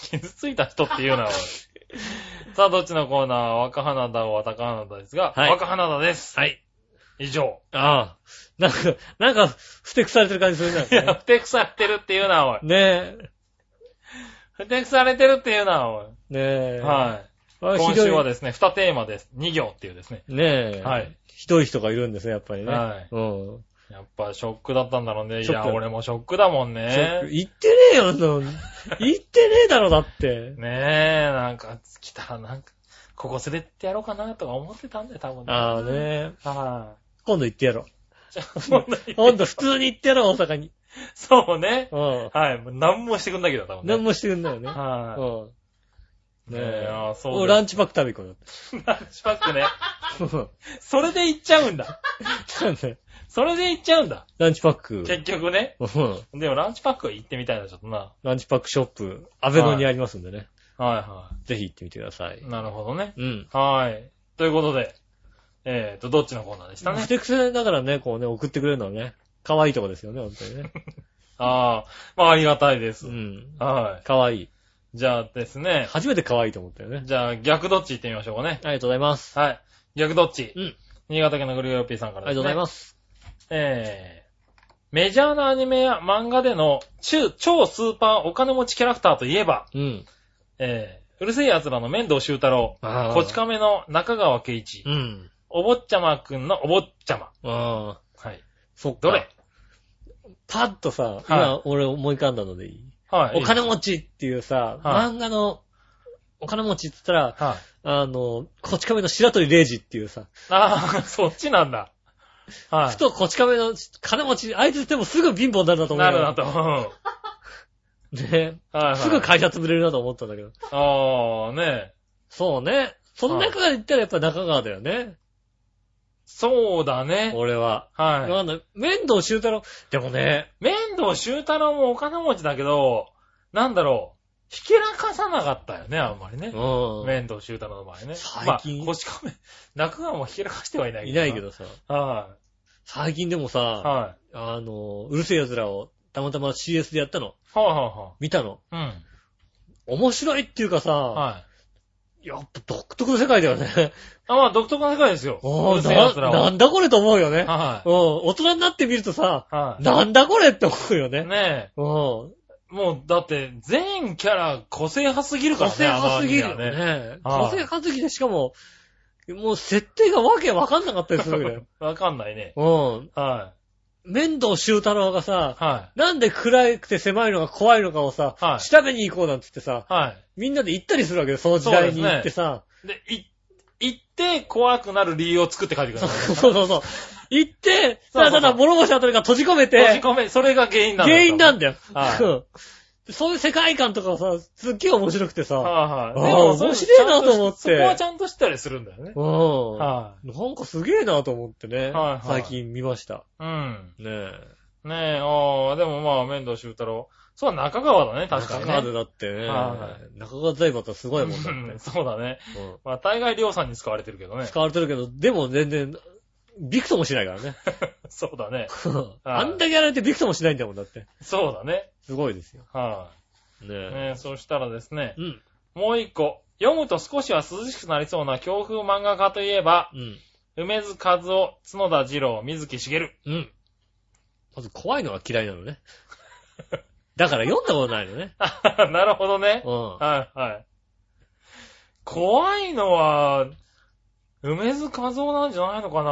傷ついた人ってい うな、おいさあ、どっちのコーナー若花田は高花田ですが、
はい
若花田です。
はい。
以上。
ああ。なんか、なんか、不適されてる感じする
いや、
ね。
不適されてるっていうな、おい。
ねえ。
不適されてるっていうな、おい。
ねえ。
はい。
あ
今
ひどい
週はですね、2テーマです。2行っていうですね。
ねえ。
はい。
ひどい人がいるんですね、やっぱりね。
はい
うん。
やっぱショックだったんだろうね。い
ショッ
や、
ク
俺もショックだもん
ショック
ね。
言ってねえよ、あんなの。言ってねえだろ、だ って。
ねえ、なんか、来たらなんか、ここ連れてってやろうかなとか思ってたんだよ、多分ね。
ああね。
は
今度行ってやろ
い。じゃあ、もう
う。
ない
今度普通に行ってやろう、大阪に。
そうね。
うん。
はい。もう何もしてくんないけど、多分ね。
何もしてくんないよね。
は
うん。
い。
ね
ね
え。
え、ああ、そう
俺
だ
ランチパック食べ行こ
ランチパックね。
うよ。
それで行っちゃうんだ。
なんで
それで行っちゃうんだ。
ランチパック。
結局ね。
うん
でもランチパックは行ってみたいな、ちょっとな。
ランチパックショップ、アベノにありますんでね。
は
ぜひ行ってみてください
いはい。。なるほどね。
うん。
はい。ということで、えーと、どっちのコーナーでしたね
ふ。てくせだからね、こうね、送ってくれるのはね、可愛いとこですよね、本当にね。
ああ、まあありがたいです。
うん。
は
可愛い。
い。じゃあですね、
初めて可愛いと思ったよね。
じゃあ逆どっち行ってみましょうかね。
ありがとうございます。
はい。逆どっち。
うん。
新潟県のグリオピーさんか
あ
ら
り
です、
が
ね。。
とうございますす。
えー、メジャーなアニメや漫画での中超スーパーお金持ちキャラクターといえば、
うん。
えー、うるせえ奴らの面倒修太郎、
あー
こち亀の中川圭一、
うん。
お坊ちゃまくんのお坊ちゃま。
ああ、
はい。
そっか。
どれ
パッとさ、今俺思い浮かんだのでいい
はい。
お金持ちっていうさ、
はい
漫画の、お金持ちって言ったら、
はい。
あの、こち亀の白鳥玲二っていうさ、
ああ、 そっちなんだ。は
ふとこち亀の金持ち、あいつでもすぐ貧乏になるなと思
い。
う。
なるなと。うんはい
ね。
はい。
すぐ会社潰れるなと思ったんだけど。
ああ、ねえ。
そうね。その中から言ったらやっぱ中川だよね。
そうだね。
俺は。
は
なんだ、面倒修太郎。でもね、
い。面倒修太郎もお金持ちだけど、なんだろう。ひけらかさなかったよね、あんまりね。
う
面倒修太郎の場合ね。
最近
まあ、腰かめ、 中川もひけらかしてはいない
ん。
け
い
ど。
ないけ。どさ。
は
最近でも
い。
さ、
はい。
あの、うるせえ奴らをたまたま CS でやったの。
はいは
見たの。
いはい。
面白いっていうか
うん。
さ、
はい。
やっぱ独特の世界だよ ね。
あ、まあ、独特な世界ですよ。
お
う
ー
るせえ奴ら
な
は
なんだこれと思うよね。うん。
は
大人になってみるとさ、
い。はい。
なんだこれって思うよね。
ねえ。
うん。
もう、だって、全キャラ個性派すぎるから
個
ね。
性派すぎるよ
あのアニメは。
ね。
はい
個性派すぎて、しかも、もう設定がわけわかんなかったりするわけだよ。
わかんないね。
うん。
は
面倒修太郎が
い。
さ、
は
なんで暗くて狭いのが怖いのかをさ、
はい
調べに行こうなんつってさ、
い。は
みんなで行ったりするわけよ、その時代に行ってさ。
い。で、い、行って怖くなる理由を作って書いてく ださい。
そうそうそう。行って、
そうそうそう
ただただ諸星あたりが閉じ込め
閉じ
て、
込め、それが原因なんだ。
原因なんだよ。
はい
うんそういう世界観とかさ、すっげえ面白くてさ、
はい
あー
はい。でもそれ
面白いなと思って
そこはちゃんと知ったりするんだよね。
うん。
は
なんかすげえなと思ってね、
はいはい
最近見ました。
い。うん。
ねえ。
ねえ、ああ、でもまあ、面倒修太郎。そう、中川だね、確かに、
中
ね。
川でだってね
は、
中川財閥はすごいもんだ
う
っ
んそうだね。
て。うん
まあ、大概量産に使われてるけ どね。
使われてるけど、でも全然、ビクともしないからね。
そうだね。
あんだけやられてビクともしないんだもんだって。
そうだね。
すごいですよ。
は
ね
い。
え。
ねえ、そしたらですね。
うん。
もう一個。読むと少しは涼しくなりそうな強風漫画家といえば、
うん。
梅津和夫、角田二郎、水木しげる。
うん。まず怖いのが嫌いなのね。だから読んだことないのね。
なるほどね。
う。
はいはい。怖いのは、梅津和夫なんじゃないのかな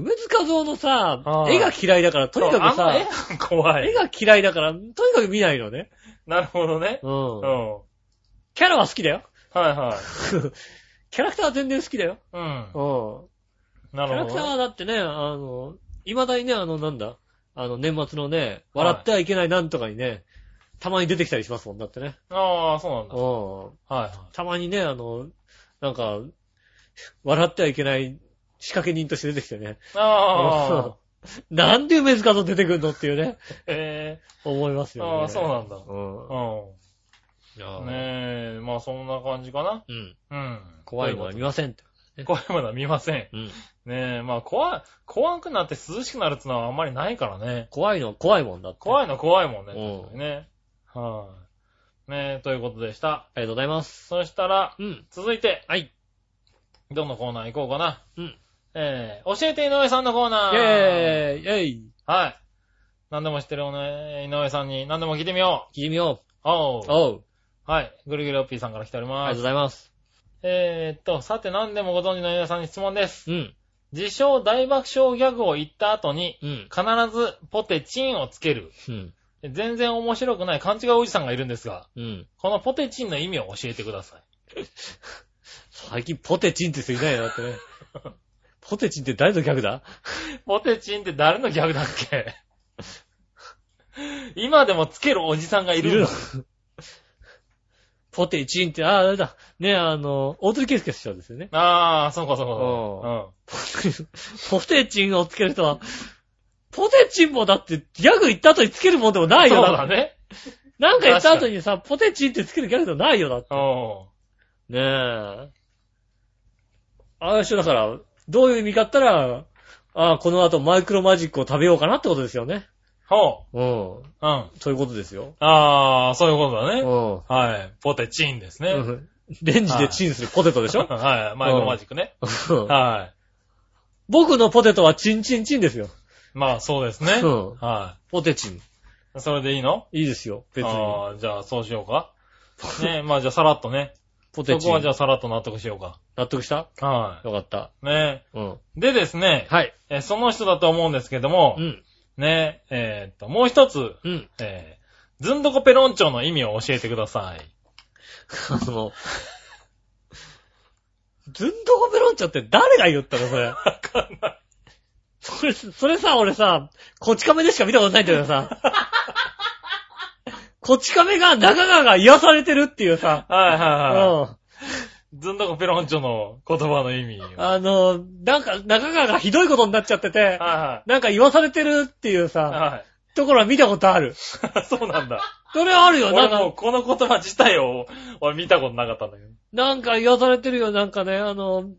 ん
梅塚像のさ
は、い
絵が嫌いだから、とにかく
そうあ
さ
んま、絵が 怖
絵
い。
が嫌いだから、とにかく見ないのね。
なるほどね。
う
うんん。。は
キャラは好きだよ。
いはい。
キャラクターは全然好きだよ。
うん。
うん。
な
キャ
る
ラク
ほ
ター
どね。
はだってね、あの、未だにね、あの、なんだ、あの、年末のね、笑ってはいけないなんとかにね、たまに出てきたりしますもんだってね。
ああ、そうなんだ。
う
はい
ん。
はい。
たまにね、あの、なんか、笑ってはいけない仕掛け人として出てきてね。
ああ、
なんで梅塚と出てくんのっていうね、
え
思います
え
よね。
ああ、そうなんだ。
う。
うんん。ねえ、まあそんな感じかな。
うん。
うん。
怖いのは見ませんって。
怖いものは見ません。
うん。
ねえ、まあ怖い、怖くなって涼しくなるってのはあんまりないからね。
怖いのは怖いもんだって。い。
怖いのは怖いもんね。
うん
確かにね。はい。ねえ、ということでした。
ありがとうございます。
そしたら、
うん。
続いて、
はい。
どのコーナー行こうかな。
うん。
えー、教えて井上さんのコーナ
イ
ー。
ェーイイェーイ
はい。何でも知ってるおね井上さんに何でも聞いてみよ
聞いてみよ
う。お
う。。
う
おう。
はい。ぐるぐるおっぴーさんから来ており
ありが
ま
とうご
す。
ざいます。
えーっと、さて何でもご存知の井上さんに質問です。
うん。
自称大爆笑ギャグを言った後に、
うん。
必ずポテチンをつける。
うん。
全然面白くない勘違いおじさんがいるんですが、
うん。
このポテチンの意味を教えてください。
最近ポテチンって人いないよだって ね。ポテチンって誰の逆だ
ポテチンって誰のギャグだっけ 今でもつけるおじさんがい
い
るん
る
だ。
ポテチンって、ああ、あれだ。ね、あの、大鳥圭介師匠ですよね。
ああ、そうかそうか
お
そ
ポテチンをつける人は、ポテチンもだってギャグ言った後につけるもんでもな
うか。う
い
ん。そ
よ
う
だ
だ
って
ね。
なんか言った後にさ、ポテチンってつけるギャグでもないよだって。
うん。
ねえ。ああいう人だから、どういう意味かったら、ああ、この後マイクロマジックを食べようかなってことですよね。
ほ
うん。
う。うん。
そういうことですよ。
ああ、そういうことだ
う
ね。
ん。
はい。ポテチンですね。
うんレンジでチンするポテトでしょ
はい。マイクロマジックね。
うん
は
僕のポテトはチンチンチンですよ。
い。まあ、そうですね。
うん
は
ポテチン。
い。それでいいの
いいですよ、別に。
ああ、じゃあ、そうしようか。ねまあ、じゃあ、さらっとね。
ポテ
そ
チン
こは。じゃあ、さらっと納得しよう
納得した
か。は
よかった。
い。ね
うん。
でですね、
はい。
えその人だと思うんですけども
う、ん。
ねえーっと、もう一つ、
うん。
えーずんどこペロンチョの意味を教えてください。
あの、ずんどこペロンチョって誰が言ったのそれ。
わかんない。
それ、それさ、俺さ、こち亀でしか見たことないんだけどさ。こち亀が、中川が癒されてるっていうさ。
はいは
う
いは
ん。
い。ずんどこペロンチョの言葉の意味を。はい
あの、なんか、中川がひどいことになっちゃってて、
は
なんか言わされてるっていう
い。
さ、
はい。
ところは見たことある。
そうなんだ。
それはあるよ、な
俺
ん
もう
か、
この言葉自体を、俺見たことなかったんだけど。
なんか言わされてるよ、なんかね、あの、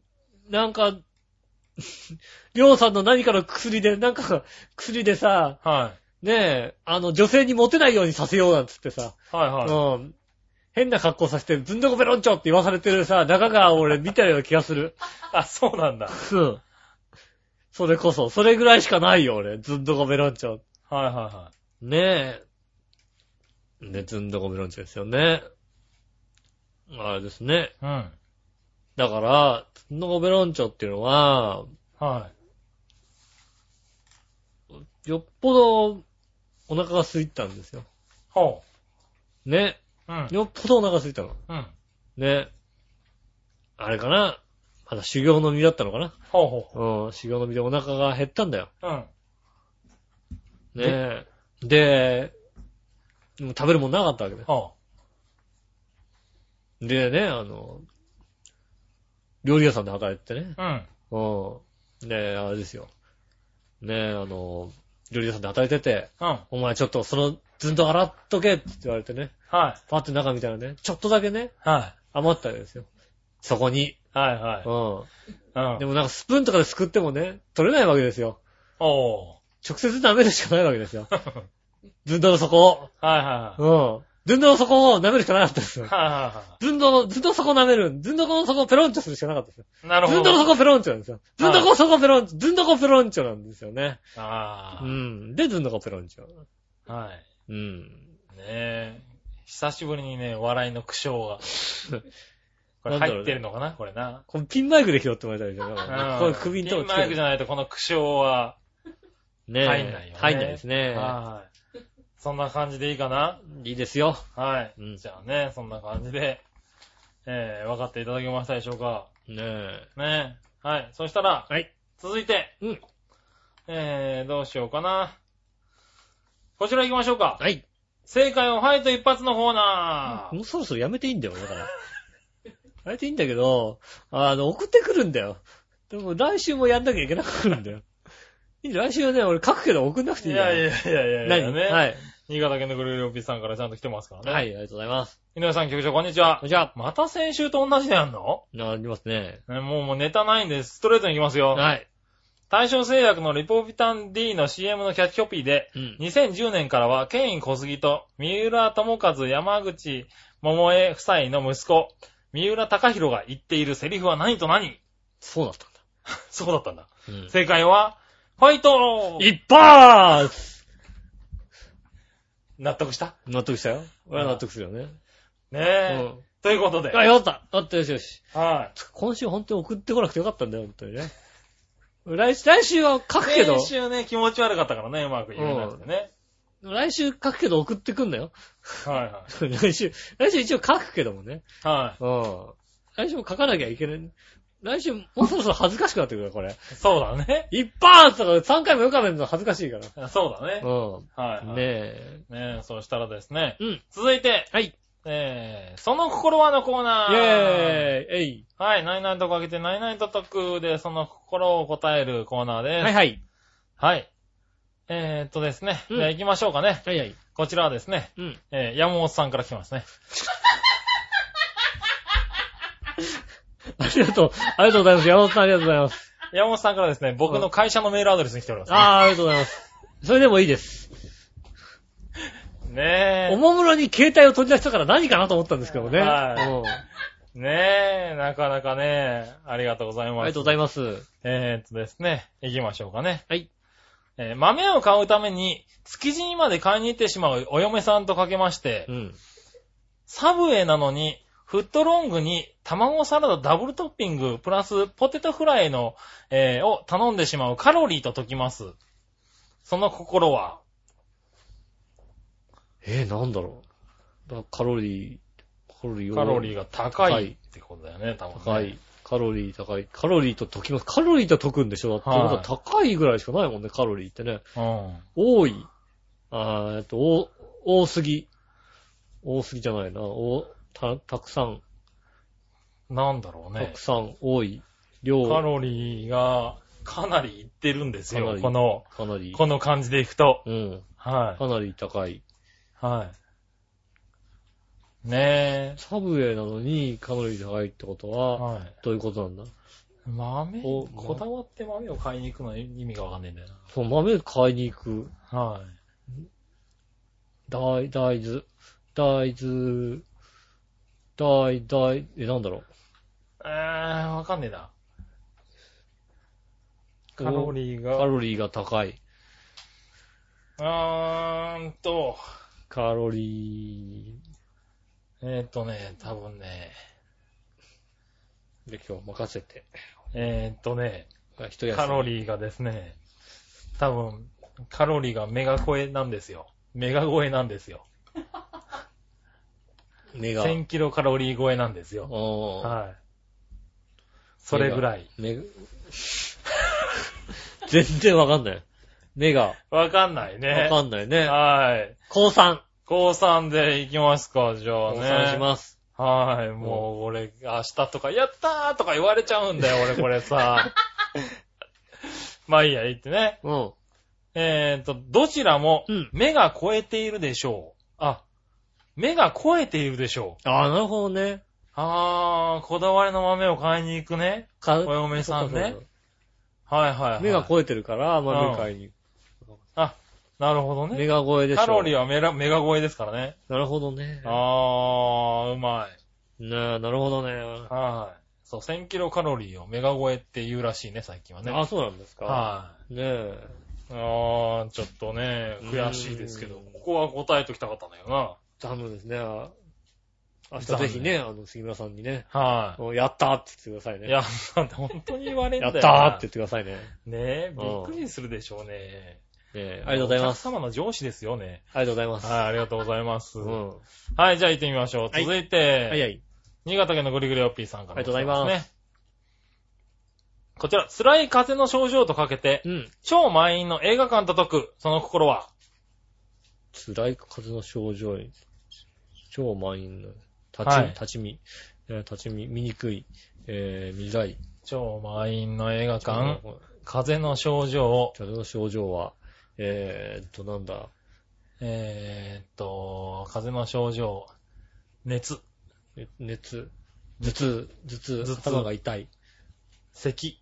なんか、 りょうさんの何かの薬で、なんか、薬でさ、
は
ねえ、あの、女性にモテないようにさせようなんつってさ、
い。はいはい。
うん。変な格好させて、ずんどこペロンチョって言わされてるさ、中川を俺見たような気がする。
あ、そうなんだ。
うん。それこそ、それぐらいしかないよ、俺。ずんどこペロンチョ。
はいはいは
ねえ。で、ずんどこメロンチョですよね。あれですね。
い。うん。
だから、ずんどこメロンチョっていうのは、
は
よっぽどお腹が空いたんですよ。
い。ほ
ね。
う。うん。
よっぽどお腹空いたの。
うん。
ね。あれかなまだ修行の身だったのかな
ほうほ
うん、修行の身でお腹が減ったんだよ。
う。うん。
ねで、でも食べるもんなかったわけだよ。
ほ
でね、あの、料理屋さんで働いててね。
う。うん。
うん。ねえ、あれですよ。ねえ、あの、料理屋さんで働いてて、
うん。
お前ちょっとその、ずんと洗っとけって言われてね、
はい。
パって中見たらね、ちょっとだけね、
は
余ったんですよ。そこに。
い。はいは
う
い。
ん。
うん。
でもなんかスプーンとかですくってもね、取れないわけですよ。
おー。
直接舐めるしかないわけです よ。ずんどの底
はいはいはい。
を。うん。ずんどの底を舐めるしかなかったですよ。
はいはいは
ずんどの、ずんどの底を舐める。ずんどこの底をペロンチョするしかなかったですよ。
い。なる
ず
ほ
んどの
ど。
底ペロンチョなんですよ。ずんどこの底ペロンチョ、ずんどこペロンチョなんですよね。
あ
うん。で、ずんどこペロンチョ。
あ。はい。
うん。
ねえ。久しぶりにね、笑いの苦笑が。これ入ってるのかなこれな。
このピンマイクで拾ってもらいたいですよね。
うん
これ首に
ピ
と
ンマイクじゃないとこの苦笑は
ねえ
入んないよね。
入んないですね。
はい。そんな感じでいいかない
いですよ。
はい。
うん
じゃあね、そんな感じで、えー、分かっていただけましたでしょうか。
ねえ。
ねえ。はい。そしたら、
はい。
続いて、
うん。
えー、どうしようかな。こちら行きましょうか。
はい。
正解をはいと一発のコーナー。
もうそろそろやめていいんだよ、だ から。やめていいんだけど、あの、送ってくるんだよ。でも来週もやんなきゃいけなくなるんだよ。いいんだよ来週はね、俺書くけど送んなくて
い
いいんだ
やい
よ。
やいやいやいや、
何
ね。
はい。
新潟県のグルーリオピーさんからちゃんと来てますからね。
はい、あ。りがとうございます。
井上さん、局長、こんにちは
こん。にちは。
また先週と同じでやんの
ありますね。
ねもうもうネタないんで、ストレートに行きますよ。
はい。
大正製薬のリポビタン D の CM のキャッチコピーで、
うん。
2010年からは、ケイン小杉と、三浦智和山口桃江夫妻の息子、三浦隆弘が言っているセリフは何と何
そうだったんだ。
そうだったんだ。
うん。
正解は、ファイト
一発
納得した
納得したよ。俺は納得するよね。う
ねえ。
ん。
ということで。
あ、
はい。
よかった。よかった、よしよし。
は
今週本当に送ってこなくてよかったんだよ、本当にね。来週、来週は書くけど
先、週ね、気持ち悪かったからね、うまく言えなくてね。
来週書くけど送ってくんなよ。
はいは
来週、来週一応書くけどもね。
い。は
うん。来週も書かなきゃいけない。来週、もうそろそろ恥ずかしくなってくるよ、これ。
い。そうだね。
一発とか3回もよかめるの恥ずかしいから。
そうだね。
う
はい、
ん。
は
ね
い。
え。
ねえ、そうしたらですね。
うん。
続いて、
はい。
えー、その心はのコーナ
イェー
ー。
イえい。
はい、ナイナイとかけて、ナイナイと特でその心を答えるコーナーです。
はい
はい。
はい。
えー、っとですね、
うん
じゃあ行きましょうかね。
はいはい。
こちらはですね、
うん。
えー、山本さんから来てますね。
ありがとう。ありがとうございます。山本さんありがとうございます。
山本さんからですね、僕の会社のメールアドレスに来ております、ね。
あーありがとうございます。それでもいいです。
ね
おもむろに携帯を取り出したから何かなと思ったんですけどね。
はい
うん
え、ねえ、なかなかね、ありがとうござい
あ
ます。
りがとうございます。
えー、っとですね、行きましょうかね。
はい。
えー豆を買うために、築地にまで買いに行ってしまうお嫁さんとかけまして、
うん。
サブウェイなのに、フットロングに卵サラダダブルトッピングプラスポテトフライの、えーを頼んでしまうカロリーと解きます。その心は、
えー、なんだろう。だカロリー、カロリーを
カロリーが高
高
い
い
ってことだよね、多分、ね。
高い。。カロリー高い。カロリーと解きます。カロリーと解くんでしょだって、
はい
なんか高いぐらいしかないもんね、カロリーってね。
うん。
多い。あーえっと、多多すぎ。多すぎじゃないな。おた、たくさん、
なんだろう
た
ね
く。さん、多い。量、
カロリーがかなりいってるんです
かな
よ。
り
この、
かなり。
この感じでいくと。
うん。
は
かなり高い。
い。はい。ね
サブウェイなのにカロリー高いってこと
え。
は、
はい。
どういうことなんだ
豆、
お
こだわって豆を買いに行くのは意味がわかんねえんだよ
そう、豆買いに行く。
な。はい。
大、大豆。大豆、大、大、え、なんだろう。
えー、わかんねえな。カロリー
カ
が。
ロリーが高い。
うーんと、
カロリ
えっ、ー、とね、多分ね、
ーで今日任せて。
えっ、ー、とね、
あ一休み
カロリーがですね、多分、カロリーがメガ超えなんですよ。メガ超えなんですよ。
目が。
1000キロカロリー超えなんですよ。
おー
はい。それぐらい。
目が。 全然わかんない。目が。
わかんないね
わ。かんないね。
はい。
高3。
高3で行きますか、じゃあ
高
ね。
3します。
はい、もう俺、明日とか、やったーとか言われちゃうんだよ、俺こ れさ。まあいいや、言ってね。
うん。
えーと、どちらも
うん、
目が超えているでしょう。あ、目が超えているでしょう。
ああ、なるほどね。
あー、こだわりの豆を買いに行くね。
か
お嫁さん
そ
ね
うそう
はいはい、は
そう
い。
目が超えてるから、ま
うん
あ、目買いに。
なるほど
目
ね。
が超えでしょ。
カロリーはメラメガ超えですからね。
なるほどね。
あー、うまい。
ねえなるほどね。
はい。そう、1000キロカロリーをメガ超えって言うらしいね、最近はね。
あ、そうなんですか。
はい。
ねえ。
あー、ちょっとね、悔しいですけど、ここは答えときたかったんだよ
残念ですね。あ明日ぜひね、あの、杉村さんにね、
な。は
もうやったーって言ってください
い。
ね。
いや、なんて本当に言われんだ
や
よ
った
な。
ーって言ってくださいね。ね
ねえ、びっくりするでしょうね。
えありがとうございます。
お客様の上司ですよね。
ありがとうございます。
はい、ありがとうございます。
うん。は
はい、じゃあ行ってみましょ
は
う。
い
続い
いは
て、
い。
新潟県のぐりぐりおっぴーさんから、
ありがとうございます
ね。こちら、辛い風の症状とかけて、
うん。
超満員の映画館と解く、その心は、
辛い風の症状に、超満員の、立ち、
はい
立ち見、えー立ち見、見にくい、えー、見づらい。
超満員の映画館、
風
風の症状、
の症状は、えーっと、なんだ、
えー、っと、風の症状、熱、
ね熱、頭痛、頭痛、
頭痛
頭が痛い。
咳。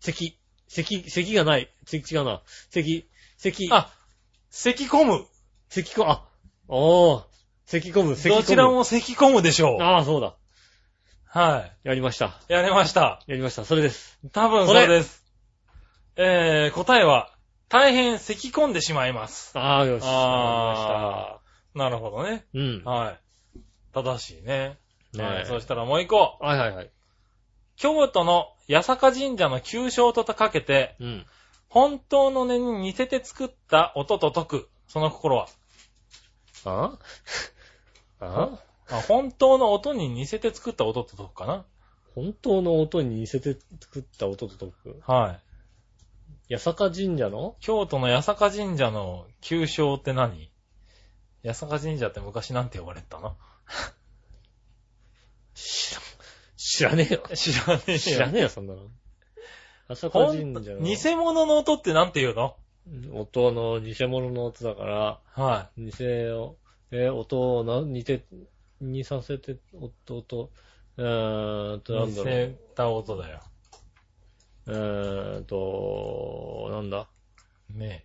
咳、咳、咳がない。咳違うな。咳、咳、
あ、咳込む。
咳こ、あ、おー、咳込む、咳込む。
どちらも咳込むでしょう。
ああ、そうだ。
は
やりました。
い。やれました。
やりました。それです。
多分
そ
そ
れ
れです。えー、答えは、大変咳込んでしまいます。
ああ、よし。
あなるほどね。
やりました。
はい。正しいね。
うん。
は
ね
い。
え
そしたらもう一個。
はいはいはい。
京都の八坂神社の旧称とかけて、
うん。
本当の音に似せて作った音と解く。その心は。
ああ
あ本当の音に似せて作った音と解くかな。
本当の音に似せて作った音と解く。
はい。
八坂神社の
京都の八坂神社の旧称って何八坂神社って昔なんて呼ばれてたの
知らん。知らねえよ。
知らねえ よ。
知らねえよ、そんなの。八坂
ほん
神
と
社の
偽物の音ってなんて言うの
音の偽物の音だから、
は
偽を、えー音をな似て、似させて、音、音、うーん
い。
と、なん
似
だろう。
せた音だよ。
うーんと、なんだ。
ね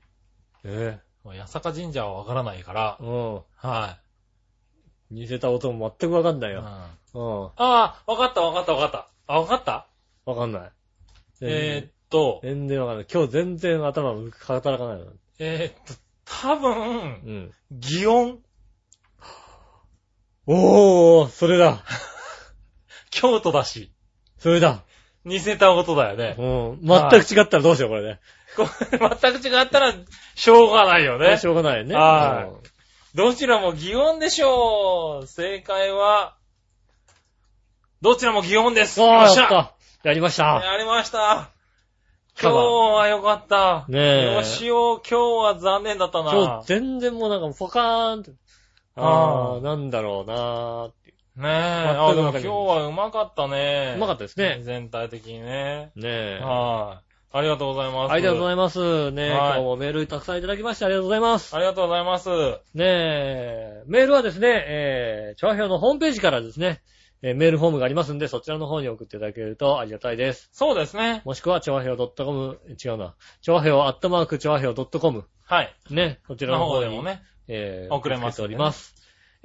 え
え。八坂神社はわからないから
え。、う
は
ん。似せた音も全くわかんない
い。う
よ。
んあ
うん。
あ、わかったわかったわかった。あ、わかった
わかんない。
えーっと、
全然わかんない。今日全然頭が働かないの。
えーっと、多
う
分、
ん。
擬音。
おー、それだ。
京都だし。
それだ。
似せた音だよね
う。ん。全く違ったらどうしよう、これね。
これ 全く違ったら、しょうがないよね
し。ょうがないよね。
はい
うん
どちらも擬音でしょう正解は、どちらも擬音です
そう
よ
や
っ
っ
しゃ
た。やりました。
やりました
カ
今
バ
日
ー
は良かった。
ねえ
よしお、今日は残念だった
今
な
日。全然もうなんかポカーンって。あ
あー
ー、なんだろうなーって。
ねえ。
全
あ、
く
で
な
も
んか
今日はうまかったね。
うまかったですね
全体的にね。
ねえ。
はい。ありがとうございます。
ありがとうございます。ねえ、
はい
今日もメールたくさんいただきましてありがとうございます。
ありがとうございます。
ねえ、メールはですね、えー、調和表のホームページからですね、えーメールフォームがありますんで、そちらの方に送っていただけるとありがたいです。
そうですね。
もしくは、調和表 .com、違うな。調和表、アットマーク、調和表 .com。
はい。
ね、こちらの
の
方
方
に
でもね。
え
送れます
送
ん
っ
で
てお
ね
ります。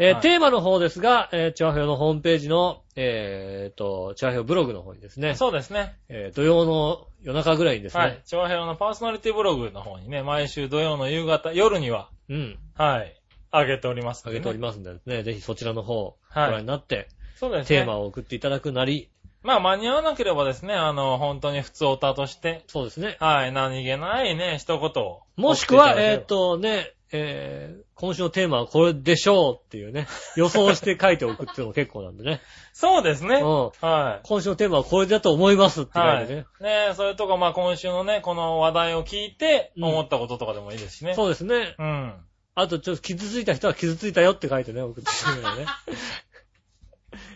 えー
はい
テーマの方ですが、えー、チャー表のホームページの、えー、と、チャー表ブログの方にですね、
そうですね。
えー土曜の夜中ぐらいにですね、
はい。長平のパーソナリティブログの方にね、毎週土曜の夕方、夜には、
うん、
はい。あげております
あ
んでね、
げておりますんでね、ぜひそちらの方をご
はい
覧になって、
そうですね。
テーマを送っていただくなり、
まあ間に合わなければですね、あの、本当に普通オタとして、
そうですね、
はい、何気ないね、一言を。
もしくは、
送て
え
いただければ
ー、とね、えー今週のテーマはこれでしょうっていう ね、予想して書いておくっていうのも結構なんでね、
そうです
う
ね。
ん、
は
今週のテーマはこれだと思いますって書
い。はいい。
てね
ね、それとか、まあ今週のね、この話題を聞いて、
うん
思ったこととかでもいいですしね。
そうですね、
うん。
あと、ちょっと傷ついた人は傷ついたよって書いてね、送ってくれるよ ね。。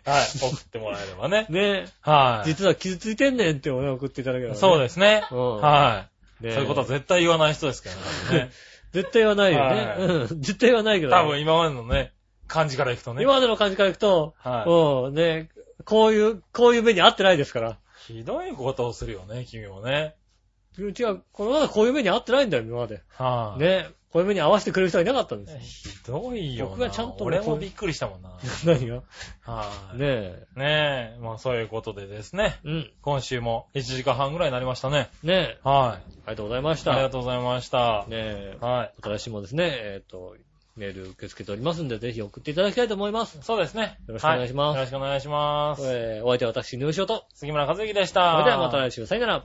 はい。送ってもらえればね
ね
はい。
実は傷ついてんねんってね、送っていただければ、ね。
そうですね。
うん
はい。
ね
そういうことは絶対言わない人ですからね。
絶対はないよね
は。い
うん。絶対はないけど、
多分今までのね、感じからいくとね。
今までの感じからいくと、
は
うん、ね、こういう、こういう目に遭ってないですから。
い。ひどいことをするよね、君もね。
うちは、このまだこういう目に遭ってないんだよ、今まで。
はい。
ね。こういう目に合わせてくれる人はいなかったんですよ。
ひどいよな。
僕はちゃんと
俺もびっくりしたもんな。
何が
はい。
ね
ね
え。
え、まあそういうことでですね。
うん。
今週も1時間半ぐらいになりましたね。
ねえ。
はい。
ありがとうございまし
あ
た。
りが
と
とうございました。
ねえ。
はい。
新しいもですね、えっ、と、メール受け付けておりますんで、ぜひ送っていただきたいと思います。
そうですね。
よろしくお願いします
はよろしくお願いします。
えー、お相手は私、ヌーショと。
杉村和之でし
そ
た。
れではまた来週、さよなら。